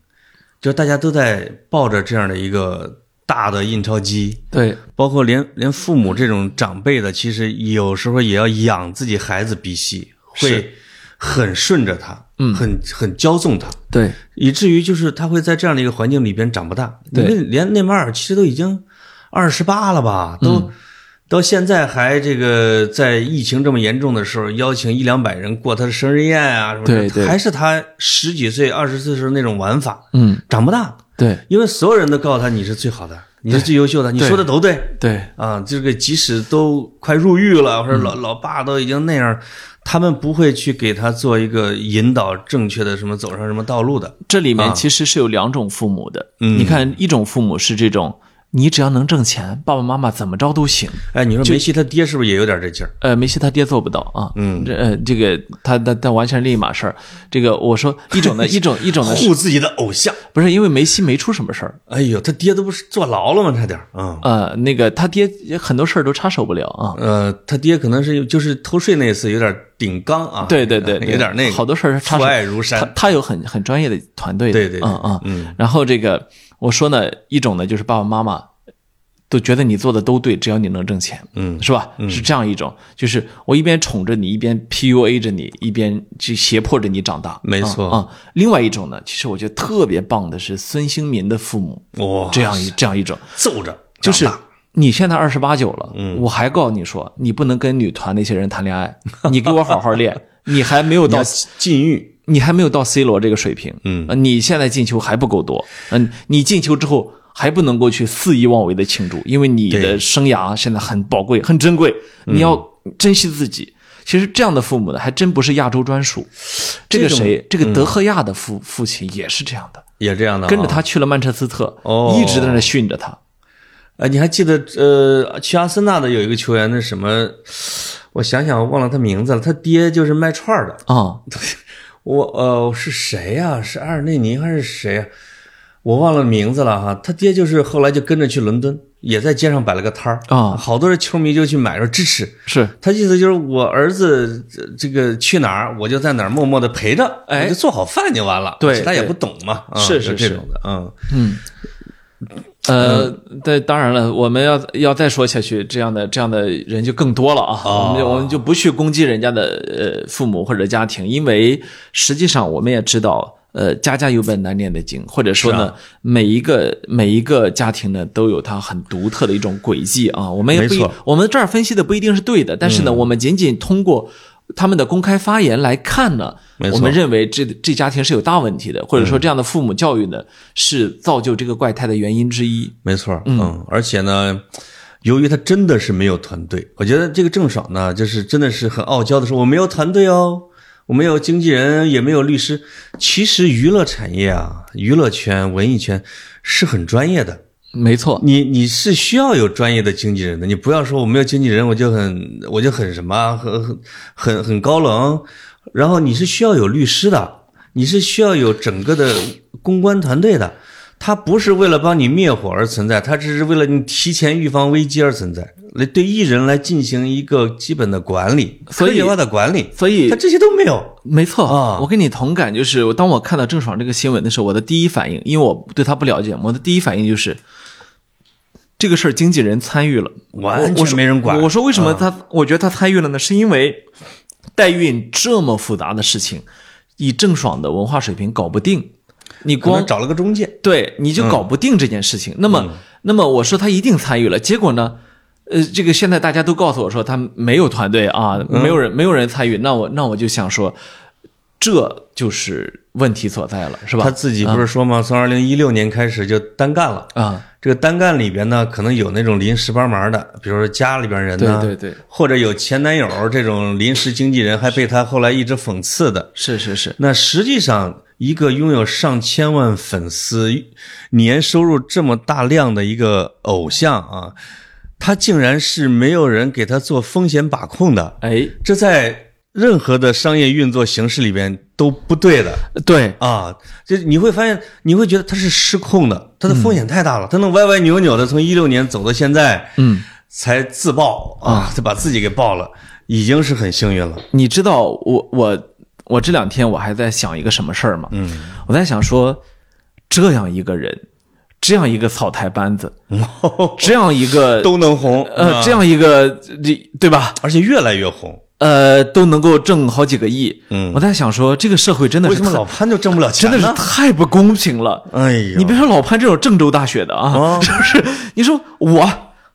S2: 就大家都在抱着这样的一个大的印钞机，
S1: 对
S2: 包括连连父母这种长辈的，其实有时候也要养自己孩子鼻息，会
S1: 是
S2: 很顺着他，
S1: 嗯
S2: 很很骄纵他。
S1: 对
S2: 以至于就是他会在这样的一个环境里边长不大。
S1: 对
S2: 你们连内马尔其实都已经二十八了吧，
S1: 嗯
S2: 都、到现在还这个在疫情这么严重的时候，邀请一两百人过他的生日宴啊什么的，
S1: 对对
S2: 还是他十几岁、二十岁时候那种玩法，
S1: 嗯
S2: 长不大，
S1: 对
S2: 因为所有人都告诉他你是最好的，你是最优秀的，你说的都对。
S1: 对
S2: 啊，这个即使都快入狱了，或者
S1: 嗯
S2: 老老爸都已经那样，他们不会去给他做一个引导正确的什么走上什么道路的。
S1: 这里面其实是有两种父母的。
S2: 啊嗯
S1: 你看，一种父母是这种，你只要能挣钱，爸爸妈妈怎么着都行。
S2: 哎，你说梅西他爹是不是也有点这劲儿？
S1: 呃，梅西他爹做不到啊。
S2: 嗯
S1: 这呃，这个他他他完全是另一码事儿。这个我说一种
S2: *laughs*
S1: 呢，一种一种呢是，
S2: 护自己的偶像。
S1: 不是因为梅西没出什么事儿。
S2: 哎呦，他爹都不是坐牢了吗？差点儿，嗯，
S1: 呃，那个他爹很多事儿都插手不了啊。
S2: 呃，他爹可能是就是偷税那次有点顶缸啊，
S1: 对对对，对
S2: 有点那个，
S1: 好多事儿他
S2: 父
S1: 是
S2: 爱如山
S1: 他他有很很专业的团队的，
S2: 对对对
S1: 嗯嗯
S2: 嗯
S1: 然后这个我说呢，一种呢就是爸爸妈妈都觉得你做的都对，只要你能挣钱，
S2: 嗯
S1: 是吧？是这样一种，就是我一边宠着你，一边 PUA 着你，一边去胁迫着你长大，
S2: 没错
S1: 啊、啊另外一种呢，其实我觉得特别棒的是孙兴民的父母
S2: 哇，
S1: 嗯这样一这样一种，
S2: 揍着
S1: 就是
S2: 长大嗯
S1: 你现在二十八九了，我还告诉你说，你不能跟女团那些人谈恋
S2: *laughs*
S1: 爱，你给我好好练，你还没有
S2: 你
S1: 到
S2: 要。禁欲，
S1: 你还没有到 C 罗这个水平，
S2: 嗯
S1: 呃，你现在进球还不够多，嗯、你进球之后还不能够去肆意妄为的庆祝，因为你
S2: 对
S1: 的生涯现在很宝贵、很珍贵，
S2: 嗯
S1: 你要珍惜自己。其实这样的父母呢，还真不是亚洲专属。这个
S2: 这种嗯
S1: 谁，这个德赫亚的父、父亲也是这样的，
S2: 也这样的、啊
S1: 跟着。他去了曼彻斯特，
S2: 哦
S1: 一直在那训着他。
S2: 呃，你还记得呃，去阿森纳的有一个球员，那什么，我想想，我忘了他名字了。他爹就是卖串儿的，
S1: 啊、
S2: 我呃是谁呀、是阿尔内尼还是谁呀、我忘了名字了哈。他爹就是后来就跟着去伦敦，也在街上摆了个摊儿
S1: 啊
S2: 好多人球迷就去买说支持。
S1: 是
S2: 他意思就是我儿子这这个去哪儿，我就在哪儿默默的陪着，
S1: 哎
S2: 我就做好饭就完了。
S1: 对
S2: 其他也
S1: 对
S2: 不懂嘛，啊
S1: 是
S2: 就是这
S1: 是
S2: 种的，嗯，
S1: 嗯，呃，对，当然了，我们要要再说下去，这样的这样的人就更多了啊。
S2: 哦
S1: 我们就我们就不去攻击人家的呃父母或者家庭，因为实际上我们也知道，呃，家家有本难念的经，或者说
S2: 是
S1: 呢，
S2: 啊
S1: 每一个每一个家庭呢都有它很独特的一种轨迹啊。我们也不一
S2: 没错
S1: 我们这儿分析的不一定是对的，但是呢，我们仅仅通过。他们的公开发言来看呢，
S2: 没错
S1: 我们认为这这家庭是有大问题的，或者说这样的父母教育呢、是造就这个怪胎的原因之一。
S2: 没错，嗯而且呢，由于他真的是没有团队，我觉得这个郑爽呢，就是真的是很傲娇的说我没有团队哦，我没有经纪人，也没有律师。其实娱乐产业啊，娱乐圈、文艺圈是很专业的，
S1: 没错，
S2: 你你是需要有专业的经纪人的，你不要说我没有经纪人我就很我就很什么啊很很很很高冷，然后你是需要有律师的，你是需要有整个的公关团队的，他不是为了帮你灭火而存在，他只是为了你提前预防危机而存在，来对艺人来进行一个基本的管理，
S1: 所以
S2: 科学化的管理，
S1: 所以
S2: 他这些都没有。
S1: 没错
S2: 啊
S1: 我跟你同感，就是我当我看到郑爽这个新闻的时候，我的第一反应，因为我对她不了解，我的第一反应就是。这个事儿经纪人参与了，
S2: 完全
S1: 我我说
S2: 没人管啊
S1: 我说为什么他？我觉得他参与了呢，是因为代孕这么复杂的事情，以郑爽的文化水平搞不定，你
S2: 可
S1: 光
S2: 能找了个中介，
S1: 对，你
S2: 嗯
S1: 就搞不定这件事情。那么，那么我说他一定参与了，结果呢？呃，这个现在大家都告诉我说他没有团队啊，
S2: 嗯
S1: 没有人，没有人参与。那我那我就想说，这就是问题所在了，是吧？
S2: 他自己不是说吗？从二零一六年开始就单干了。
S1: 啊，
S2: 这个单干里边呢，可能有那种临时帮忙的，比如说家里边人
S1: 对
S2: 呢，
S1: 对对，
S2: 或者有前男友这种临时经纪人，还被他后来一直讽刺的。
S1: 是是是，
S2: 那实际上，一个拥有上千万粉丝、年收入这么大量的一个偶像啊，他竟然是没有人给他做风险把控的，
S1: 哎，
S2: 这在任何的商业运作形式里边都不对的
S1: 对，
S2: 啊！这你会发现，你会觉得他是失控的，他的风险太大了，他能歪歪扭扭的从一六年走到现在，
S1: 嗯，
S2: 才自爆啊，他把自己给爆了，已经是很幸运了。
S1: 你知道我我我这两天我还在想一个什么事儿吗？
S2: 嗯，
S1: 我在想说，这样一个人，这样一个草台班
S2: *laughs*
S1: 子，这样一个
S2: 都能红，
S1: 呃
S2: 啊
S1: 这样一个这对吧？
S2: 而且越来越红。
S1: 呃，都能够挣好几个亿。
S2: 嗯
S1: 我在想说，这个社会真的
S2: 为
S1: 是
S2: 什么
S1: 太
S2: 老潘就挣不了钱
S1: 真
S2: 呢？
S1: 的是太不公平了。
S2: 哎呦，
S1: 你别说老潘这种郑州大学的啊，*laughs*
S2: 啊
S1: 就是你说我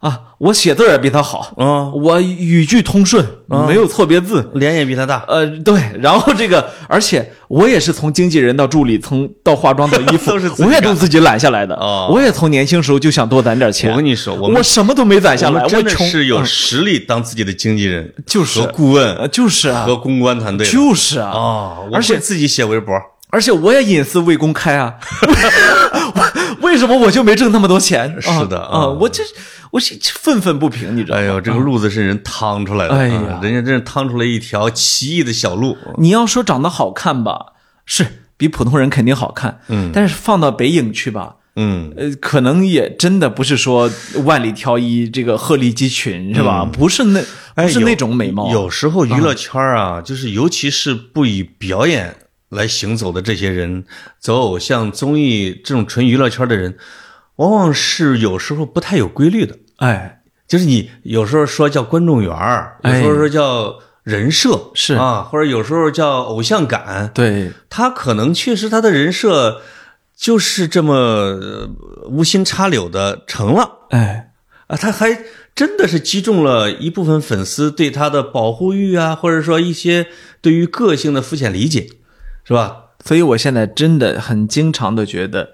S1: 啊，我写字儿也比他好，
S2: 啊，
S1: 我语句通顺，
S2: 哦
S1: 没有错别字。
S2: 脸也比他大，
S1: 呃，对，然后这个，而且我也是从经纪人到助理，从到化妆到衣服，
S2: *laughs* 都是自己
S1: 我
S2: 干
S1: 也都自己揽下来的。
S2: 哦
S1: 我也从年轻时候就想多攒点钱。
S2: 我跟你说我
S1: 哎我
S2: 们
S1: 什么都没攒下
S2: 我
S1: 来，
S2: 们
S1: 我
S2: 真的
S1: 穷
S2: 是有实力当自己的经纪人，
S1: 就是
S2: 和顾
S1: 呃
S2: 问
S1: 就是啊，
S2: 和公关团队的
S1: 就是啊，
S2: 啊，我
S1: 而且
S2: 会自己写微博，
S1: 而且我也隐私未公开啊， *laughs* 为为什么我就没挣那么多钱？啊
S2: 是的
S1: 啊，
S2: 啊
S1: 我这我是愤愤不平，你知道吗？
S2: 哎呦，这个路子是人趟出来的，
S1: 哎呀
S2: 啊人家真是趟出来一条奇异的小路，
S1: 你要说长得好看吧，是比普通人肯定好看，嗯，但是放到北影去吧。
S2: 嗯，
S1: 呃，可能也真的不是说万里挑一，这个鹤立鸡群是吧？不是那不
S2: 嗯哎
S1: 是
S2: 有
S1: 那种美貌，
S2: 有时候娱乐圈啊，就是尤其是不以表演来行走的这些人，走偶像综艺这种纯娱乐圈的人，往往是有时候不太有规律的。
S1: 哎，
S2: 就是你有时候说叫观众缘儿，有
S1: 哎
S2: 时候说叫人设，
S1: 是
S2: 啊，或者有时候叫偶像感，
S1: 对，
S2: 他可能确实他的人设就是这么呃无心插柳的成了
S1: 哎，
S2: 啊，他还真的是击中了一部分粉丝对他的保护欲啊，或者说一些对于个性的肤浅理解，是吧？
S1: 所以我现在真的很经常的觉得，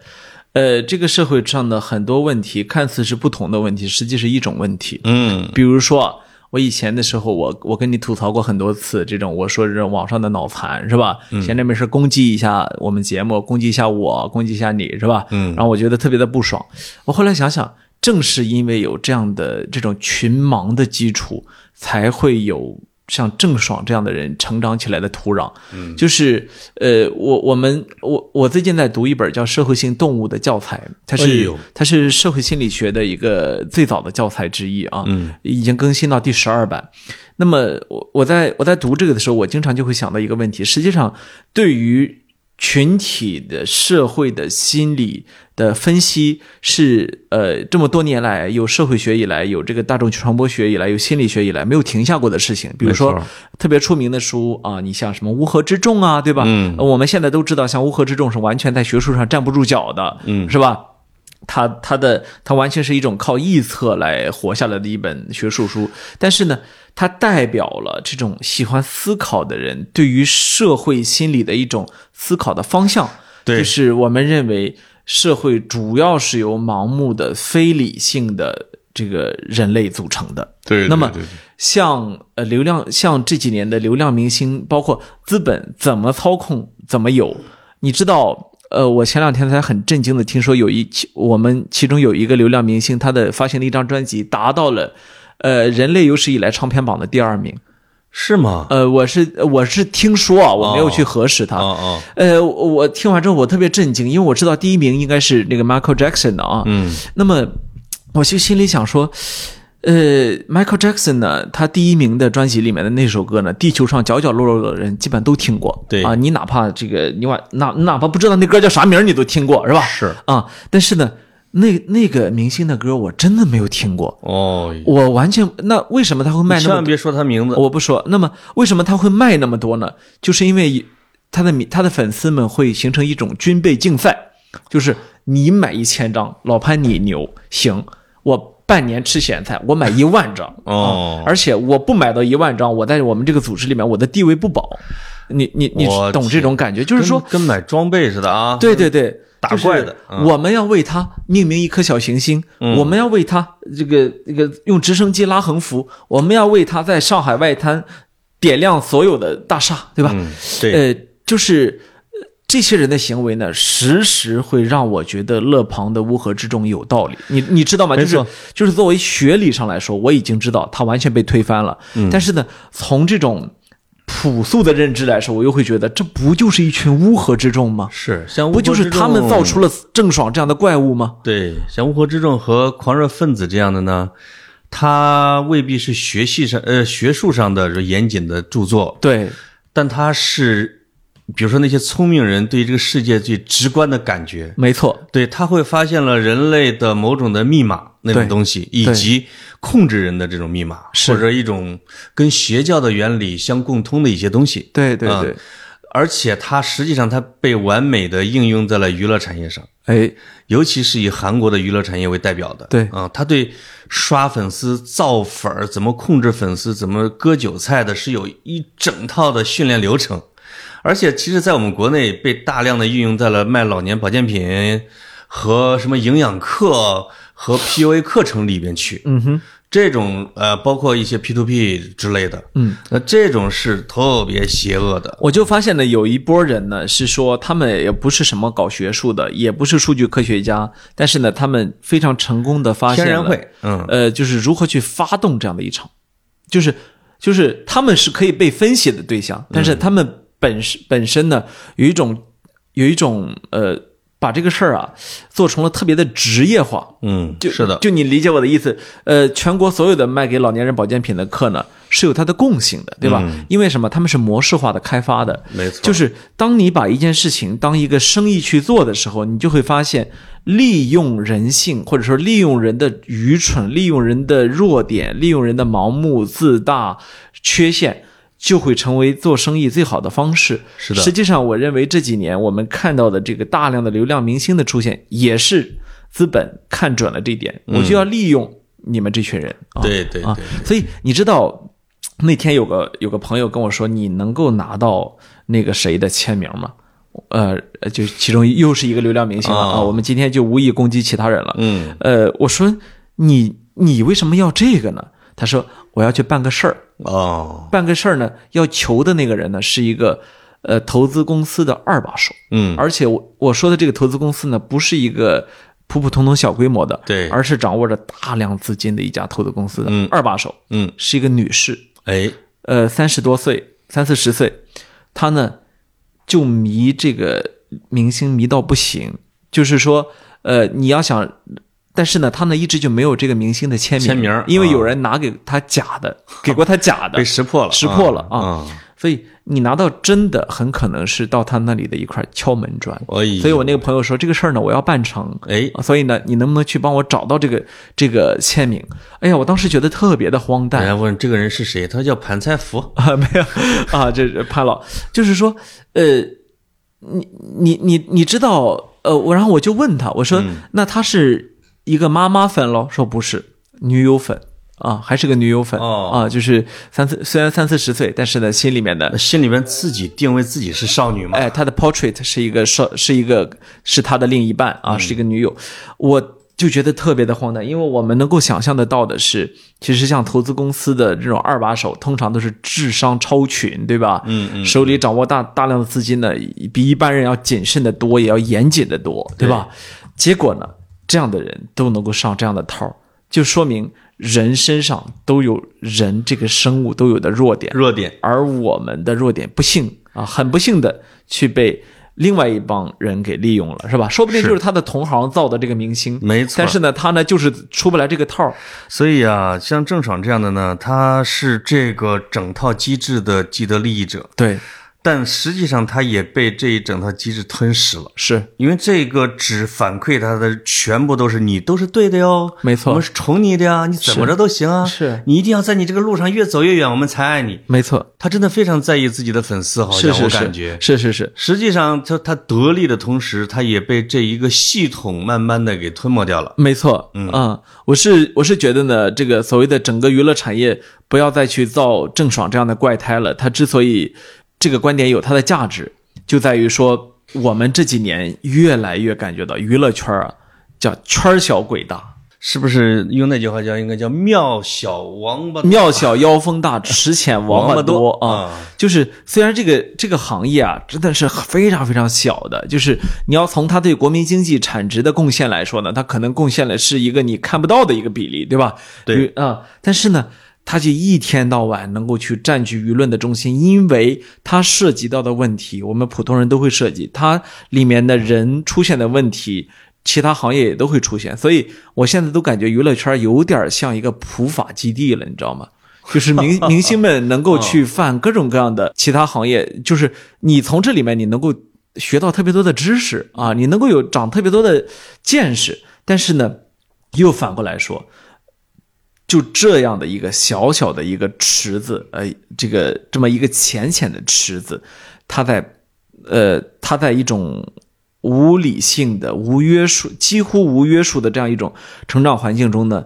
S1: 呃，这个社会上的很多问题看似是不同的问题，实际是一种问题。
S2: 嗯，
S1: 比如说，我以前的时候，我我跟你吐槽过很多次，这种我说这种网上的脑残是吧？闲着没事攻击一下我们节目，攻击一下我，攻击一下你是吧？
S2: 嗯
S1: 然后我觉得特别的不爽。我后来想想，正是因为有这样的这种群盲的基础，才会有。像郑爽这样的人成长起来的土壤，嗯，就是呃，我我们我我最近在读一本叫《社会性动物》的教材，它
S2: 哎
S1: 是、
S2: 呦
S1: 它是社会心理学的一个最早的教材之一啊，嗯，已经更新到第十二版。那么我我在我在读这个的时候，我经常就会想到一个问题，实际上对于群体的社会的心理的分析是呃这么多年来有社会学以来有这个大众传播学以来有心理学以来没有停下过的事情，比如说
S2: 没错
S1: 特别出名的书啊，你像什么《乌合之众》啊，对吧？
S2: 嗯
S1: 呃我们现在都知道，像《乌合之众》是完全在学术上站不住脚的，
S2: 嗯
S1: 是吧？它它的它完全是一种靠臆测来活下来的一本学术书，但是呢，它代表了这种喜欢思考的人对于社会心理的一种思考的方向。
S2: 对
S1: 就是我们认为社会主要是由盲目的非理性的这个人类组成的。
S2: 对
S1: 那么像呃流量，像这几年的流量明星，包括资本怎么操控，怎么有，你知道？呃，我前两天才很震惊的听说，有一其我们其中有一个流量明星，他的发行了一张专辑，达到了。呃，人类有史以来唱片榜的第二名。
S2: 是吗？
S1: 呃，我是我是听说啊，我没有去核实他。
S2: 啊啊，
S1: 呃，我我听完之后我特别震惊，因为我知道第一名应该是那个 Michael Jackson 的啊。
S2: 嗯，
S1: 那么我就心里想说，呃，Michael Jackson 呢，他第一名的专辑里面的那首歌呢，地球上角角落落的人基本都听过。
S2: 对
S1: 啊，你哪怕这个你哪哪哪怕不知道那歌叫啥名儿，你都听过是吧？
S2: 是
S1: 啊，但是呢，那那个明星的歌我真的没有听过，
S2: 哦，
S1: 我完全那为什么他会卖那
S2: 千
S1: 么
S2: 万
S1: 多？
S2: 别说他名字，
S1: 我不说。那么为什么他会卖那么多呢？就是因为他的米他的粉丝们会形成一种军备竞赛，就是你买一千张，老潘你牛，行，我半年吃咸菜，我买一万张。
S2: 哦
S1: 啊而且我不买到一万张，我在我们这个组织里面我的地位不保。你你你
S2: 我
S1: 懂这种感觉？就是说，
S2: 跟跟买装备似的啊，
S1: 对对对，
S2: 打怪的
S1: 就是，
S2: 嗯
S1: 我们要为它命名一颗小行星，
S2: 嗯
S1: 我们要为它这个这个用直升机拉横幅，我们要为它在上海外滩点亮所有的大厦，对吧？
S2: 嗯，对，
S1: 呃，就是呃这些人的行为呢，时时会让我觉得勒庞的乌合之众有道理。你你知道吗？
S2: 没
S1: 就是
S2: 错
S1: 就是作为学理上来说，我已经知道他完全被推翻了。
S2: 嗯
S1: 但是呢，从这种朴素的认知来说，我又会觉得这不就是一群乌合之众吗？
S2: 是像乌
S1: 不就
S2: 合
S1: 是
S2: 之
S1: 他们
S2: 众
S1: 造出了郑爽这样的怪物吗？
S2: 对，像乌合之众和狂热分子这样的呢，他未必是学系上呃学术上的严谨的著作，
S1: 对，
S2: 但他是，比如说那些聪明人对于这个世界最直观的感觉，
S1: 没错，
S2: 对他会发现了人类的某种的密码那种
S1: 对
S2: 东西，以及控制人的这种密码，
S1: 是
S2: 或者一种跟邪教的原理相共通的一些东西。
S1: 对对
S2: 嗯
S1: 对，
S2: 而且它实际上它被完美的应用在了娱乐产业上，
S1: 哎，
S2: 尤其是以韩国的娱乐产业为代表的。
S1: 对
S2: 啊、他对刷粉丝、造粉儿、怎么控制粉丝、怎么割韭菜的，是有一整套的训练流程。而且，其实，在我们国内被大量的运用在了卖老年保健品和什么营养课和 PUA 课程里边去。
S1: 嗯哼，
S2: 这种呃，包括一些 P to P 之类的，
S1: 嗯，
S2: 那这种是特别邪恶的。
S1: 我就发现呢，有一波人呢是说他们也不是什么搞学术的，也不是数据科学家，但是呢，他们非常成功的发现
S2: 天
S1: 了
S2: 然会，嗯，
S1: 呃，就是如何去发动这样的一场，就是就是他们是可以被分析的对象，但是他们本身、本身呢有一种有一种呃，把这个事儿啊做成了特别的职业化，
S2: 嗯，
S1: 就是
S2: 的，
S1: 就你理解我的意思，呃，全国所有的卖给老年人保健品的课呢，是有它的共性的，对吧？因为什么？他们是模式化的开发的，
S2: 嗯没错
S1: 就是当你把一件事情当一个生意去做的时候，你就会发现，利用人性，或者说利用人的愚蠢，利用人的弱点，利用人的盲目、自大、缺陷。就会成为做生意最好的方式。
S2: 是的
S1: 实际上，我认为这几年我们看到的这个大量的流量明星的出现，也是资本看准了这一点，我就要利用你们这群人。啊
S2: 嗯对对
S1: 啊
S2: 对，
S1: 所以你知道，那天有个有个朋友跟我说，你能够拿到那个谁的签名吗？呃，就其中又是一个流量明星了
S2: 啊
S1: 啊！我们今天就无意攻击其他人了。
S2: 嗯，
S1: 呃，我说你你为什么要这个呢？他说我要去办个事儿，
S2: 哦，
S1: 办个事儿呢，要求的那个人呢是一个呃投资公司的二把手，
S2: 嗯，
S1: 而且我我说的这个投资公司呢，不是一个普普通通小规模的，
S2: 对
S1: 而是掌握着大量资金的一家投资公司的、
S2: 嗯
S1: 二把手，
S2: 嗯，
S1: 是一个女士，
S2: 哎，
S1: 呃，三十多岁，三四十岁，她呢就迷这个明星迷到不行，就是说，呃，你要想。但是呢，她呢一直就没有这个明星的签名，
S2: 签名儿
S1: 因为有
S2: 啊
S1: 人拿给她假的，给过她假的
S2: 被，识破了，
S1: 呃识破了
S2: 啊！
S1: 所以你拿到真的，很可能是到他那里的一块敲门砖。
S2: 所以
S1: 所以我那个朋友说这个事儿呢，我要办成，
S2: 哎，
S1: 所以呢，你能不能去帮我找到这个这个签名？哎呀，我当时觉得特别的荒
S2: 人
S1: 诞
S2: 家问这个人是谁，他叫盘菜福，
S1: 啊， *laughs* 没有啊，这是潘老，就是说，呃，你你你你知道，呃，我然后我就问他，我说、那他是一个妈妈粉咯？说不是，女友粉。啊，还是个女友粉、
S2: 哦
S1: 啊，就是三四虽然三四十岁，但是呢，心里面的
S2: 心里边自己定位自己是少女嘛，
S1: 哎，他的 portrait 是一个是是一个是他的另一半啊，是一个女友，我就觉得特别的荒诞，因为我们能够想象得到的是，其实像投资公司的这种二把手，通常都是智商超群，对吧？
S2: 嗯
S1: 嗯，手里掌握大大量的资金呢，比一般人要谨慎的多，也要严谨的多，对吧？结果呢，这样的人都能够上这样的套儿，就说明人身上都有人这个生物都有的弱点，
S2: 弱点，
S1: 而我们的弱点不幸啊，很不幸的去被另外一帮人给利用了，是吧？说不定就是他的同行造的这个明星，
S2: 没错
S1: 但是呢，他呢就是出不来这个套儿，
S2: 所以啊，像郑爽这样的呢，她是这个整套机制的既得利益者，
S1: 对，
S2: 但实际上她也被这一整套机制吞噬了。
S1: 是
S2: 因为这个只反馈他的全部都是你都是对的哟，
S1: 没错
S2: 我们是宠你的呀，你怎么着都行啊，
S1: 是
S2: 你一定要在你这个路上越走越远，我们才爱你。
S1: 没错，
S2: 他真的非常在意自己的粉丝，好
S1: 是
S2: 像
S1: 是
S2: 我
S1: 是，
S2: 感觉。
S1: 是是是，
S2: 实际上，他他得利的同时，他也被这一个系统慢慢的给吞没掉了。
S1: 没错，嗯我是我是觉得呢，这个所谓的整个娱乐产业不要再去造郑爽这样的怪胎了，他之所以这个观点有它的价值，就在于说。我们这几年越来越感觉到娱乐圈啊，叫圈小鬼大，
S2: 是不是用那句话叫应该叫庙小王八大
S1: 庙小妖风大，池浅王
S2: 王
S1: 八
S2: 八
S1: 多
S2: 多
S1: 啊。
S2: 啊
S1: 就是虽然这个这个行业啊，真的是非常非常小的，就是你要从它对国民经济产值的贡献来说呢，它可能贡献的是一个你看不到的一个比例，对吧？
S2: 对
S1: 啊、但是呢。它就一天到晚能够去占据舆论的中心，因为它涉及到的问题，我们普通人都会涉及，它里面的人出现的问题，其他行业也都会出现，所以我现在都感觉娱乐圈有点像一个普法基地了，你知道吗？就是明明星们能够去犯各种各样的其他行业，就是你从这里面你能够学到特别多的知识啊，你能够有长特别多的见识，但是呢，又反过来说，就这样的一个小小的一个池子，呃，这个这么一个浅浅的池子，它在呃，它在一种无理性的、无约束、几乎无约束的这样一种成长环境中呢，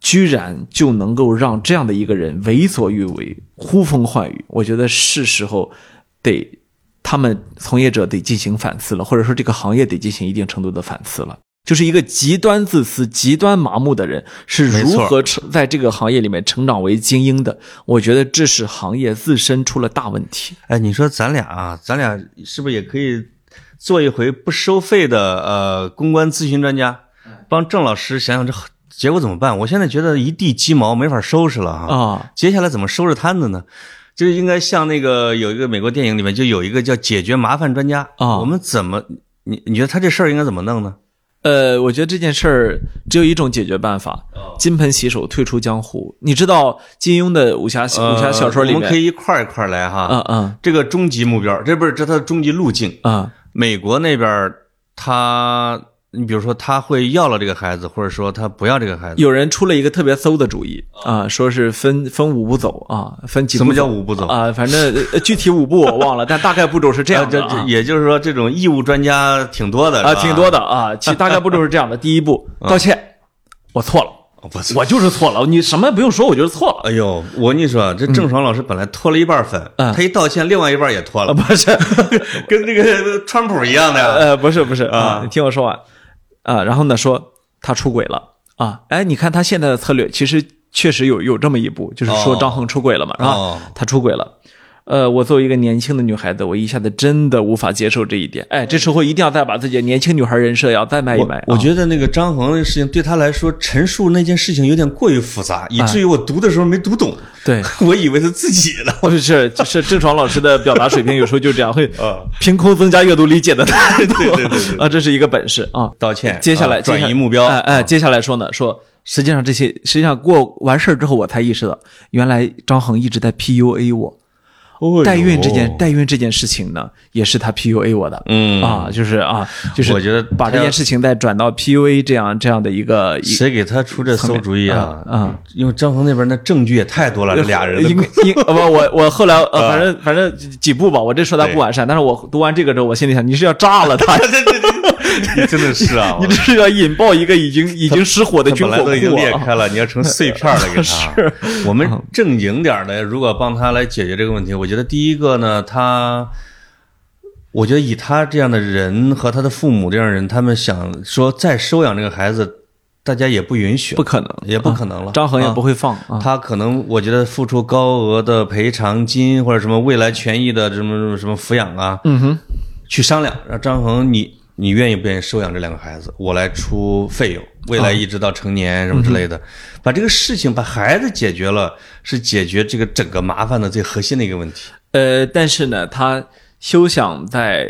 S1: 居然就能够让这样的一个人为所欲为、呼风唤雨，我觉得是时候得。他们从业者得进行反思了，或者说这个行业得进行一定程度的反思了。就是一个极端自私、极端麻木的人是
S2: 没
S1: 如
S2: 错
S1: 何成在这个行业里面成长为精英的，我觉得这是行业自身出了大问题。
S2: 哎，你说咱俩啊，咱俩是不是也可以做一回不收费的呃公关咨询专家，帮郑老师想想这结果怎么办？我现在觉得一地鸡毛没法收拾了啊！
S1: 啊，
S2: 接下来怎么收拾摊子呢？就应该像那个有一个美国电影里面就有一个叫解决麻烦专家
S1: 啊
S2: 我们怎么你你觉得他这事儿应该怎么弄呢？
S1: 呃，我觉得这件事儿只有一种解决办法：金盆洗手，退出江湖。你知道金庸的武侠武侠小说里
S2: 呃
S1: 面，
S2: 我们可以一块儿一块儿来哈。
S1: 啊啊
S2: 这个终极目标，这不是这它的终极路径。
S1: 啊
S2: 美国那边儿他，你比如说他会要了这个孩子，或者说他不要这个孩子，
S1: 有人出了一个特别馊的主意啊，说是分分五步走啊，分几步走
S2: 什么叫五步走？
S1: 啊？反正呃具体五步我忘了，但大概步骤是这样
S2: 这
S1: 的
S2: 这
S1: 啊。
S2: 也就是说，这种义务专家挺多的
S1: 啊，挺多
S2: 的。
S1: 的啊，其大概步骤是这样的：第一步，
S2: 啊
S1: 道歉，我错了，
S2: 我操！
S1: 我就是错了，你什么也不用说，我就是错了。
S2: 哎呦，我跟你说，这郑爽老师本来脱了一半粉，
S1: 嗯
S2: 他一道歉，另外一半也脱
S1: 啊，
S2: 了，
S1: 不是，
S2: 跟这个川普一样的呀。
S1: *laughs* 呃，不是不是
S2: 啊
S1: 你听我说完啊，然后呢说他出轨了啊，哎，你看他现在的策略其实确实有有这么一步，就是说
S2: 哦
S1: 张恒出轨了嘛，啊，
S2: 哦
S1: 他出轨了。呃，我作为一个年轻的女孩子，我一下子真的无法接受这一点。哎，这时候一定要再把自己的年轻女孩人设要再卖一卖
S2: 我。我
S1: 啊
S2: 觉得那个张恒的事情对他来说陈述那件事情有点过于复
S1: 啊
S2: 杂，以至于我读的时候没读懂，
S1: 对， *laughs*
S2: *laughs* 我以为是自己的。
S1: 或者是就是郑爽老师的表达水平，有时候就这样 *laughs* 会
S2: 啊
S1: 凭空增加阅读理解的难 *laughs* 度。
S2: 对对对对
S1: 啊，这是一个本事啊。
S2: 道歉，
S1: 接下来、
S2: 啊
S1: 接下来
S2: 转移目标，
S1: 哎哎，接下来说呢，说实际上这些，实际上过完事儿之后，我才意识到，原来张恒一直在 PUA 我。
S2: 哎哦
S1: 代孕这件代孕这件事情呢，也是他 PUA 我的。
S2: 嗯
S1: 啊，就是啊，就是
S2: 我觉得
S1: 把这
S2: 他要
S1: 件事情再转到 PUA 这样这样的一个一
S2: 谁给他出这馊主意啊？
S1: 啊啊
S2: 因为张恒那边那证据也太
S1: *laughs*
S2: 多了，这俩人
S1: 应
S2: 的啊
S1: 应不，我我后来呃，反正反正几步吧，我这说他不完善，但是我读完这个之后，我心里想，你是要炸了
S2: *laughs*
S1: 他，
S2: 你真的
S1: *laughs*
S2: 是啊，
S1: 你这是要引爆一个已经已经失火的
S2: 他
S1: 军
S2: *laughs* 本
S1: 火 *laughs* 库
S2: 来都已经裂
S1: 啊！
S2: 开了，你要成碎片了给他。我们正经点儿的，如果帮他来解决这个问题，我觉得第一个呢，他。我觉得以他这样的人和他的父母这样的人，他们想说再收养这个孩子，大家也不允许，
S1: 不可能，
S2: 也不可能了。
S1: 张恒也
S2: 啊
S1: 不会放啊。
S2: 他可能我觉得付出高额的赔偿金或者什么未来权益的什么什么什么抚养啊，
S1: 嗯哼，
S2: 去商量，让张恒你你愿意不愿意收养这两个孩子，我来出费用，未来一直到成年什么之
S1: 嗯
S2: 类的，把这个事情把孩子解决了，是解决这个整个麻烦的最核心的一个问题。
S1: 呃，但是呢，他休想在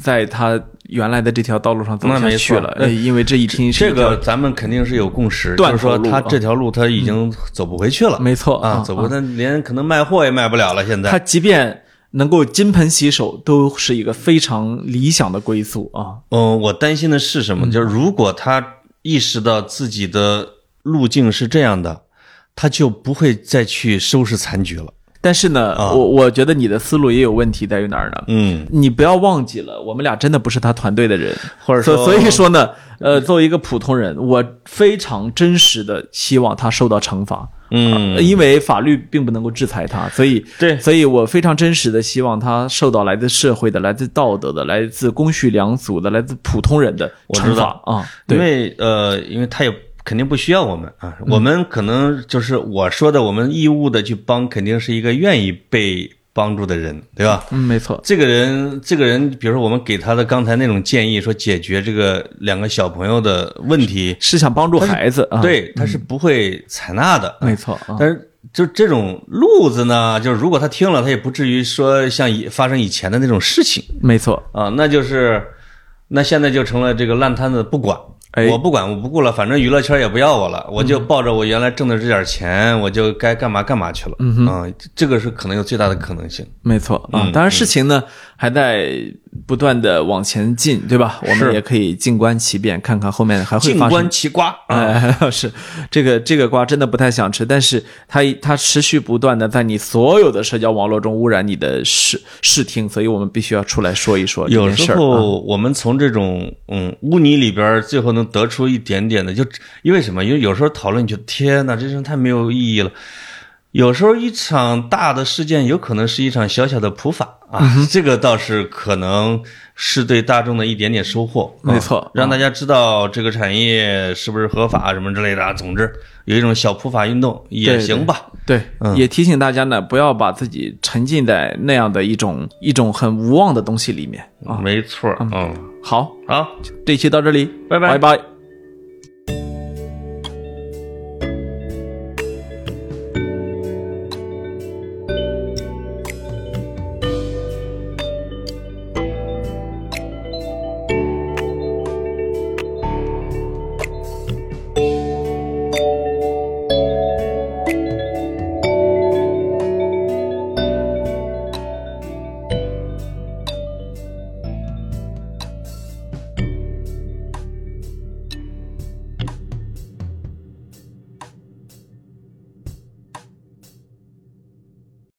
S1: 在他原来的这条道路上走
S2: 那
S1: 下
S2: 没
S1: 去
S2: 错
S1: 了，呃因为这一听是
S2: 这
S1: 一条
S2: 个咱们肯定是有共识，就
S1: 断
S2: 是
S1: 头
S2: 说
S1: 路啊嗯
S2: 他这条路他已经走不回去了，
S1: 没错
S2: 啊，走不，他连可能卖货也卖不了了，现在
S1: 他即便能够金盆洗手，都是一个非常理想的归宿啊。
S2: 嗯，我担心的是什
S1: 嗯
S2: 么？就是如果他意识到自己的路径是这样的，他就不会再去收拾残局了。
S1: 但是呢，
S2: 啊
S1: 我我觉得你的思路也有问题，在于哪儿呢？
S2: 嗯，
S1: 你不要忘记了，我们俩真的不是他团队的人，
S2: 或者
S1: 所
S2: 说，
S1: 所以说呢，呃，作为一个普通人，我非常真实的希望他受到惩罚。
S2: 嗯，
S1: 因为法律并不能够制裁他，所以
S2: 对
S1: 所以我非常真实的希望他受到来自社会的、来自道德的、来自公序良俗的、来自普通人的
S2: 我知
S1: 惩
S2: 道
S1: 罚啊、对，
S2: 因
S1: 嗯
S2: 为呃，因为他也肯定不需要我们啊，我们可能就是我说的，我们义务的去帮，肯定是一个愿意被帮助的人，对吧？
S1: 嗯，没错，
S2: 这个人，这个人，比如说我们给他的刚才那种建议，说解决这个两个小朋友的问题，
S1: 是想帮助孩子啊，，
S2: 对，他是不会采纳的。
S1: 没错啊，
S2: 但是就这种路子呢，就是如果他听了，他也不至于说像以发生以前的那种事情
S1: 没错，
S2: 啊，那就是那现在就成了这个烂摊子不管。
S1: 哎
S2: 我不管，我不顾了，反正娱乐圈也不要我了，我就抱着我原来挣的这点钱，我就该干嘛干嘛去了。嗯啊，这个是可能有最大的可能性。
S1: 没错
S2: 嗯
S1: 啊。当然，事情呢还在不断的往前进，对吧？我们也可以静观其变，看看后面还会
S2: 静
S1: 发生
S2: 观其瓜啊，
S1: 哎， *laughs* 是这个这个瓜真的不太想吃，但是它它持续不断的在你所有的社交网络中污染你的视视听，所以我们必须要出来说一说这
S2: 有
S1: 件事
S2: 时
S1: 儿啊。
S2: 候我们从这种嗯污泥里边儿，最后能得出一点点的，就因为什么？因为有时候讨论，你觉得天哪，这事太没有意义了。有时候一场大的事件，有可能是一场小小的普法啊，
S1: 嗯
S2: 这个倒是可能是对大众的一点点收获。啊
S1: 没错
S2: 让大家知道这个产业是不是合法什么之类的啊。总之，有一种小普法运动也
S1: 对
S2: 行吧。
S1: 对，也提醒大家呢，不要把自己沉浸在那样的一种一种很无望的东西里面啊。
S2: 没错儿，嗯，
S1: 好，
S2: 好。
S1: 这期到这里，
S2: 拜拜
S1: 拜拜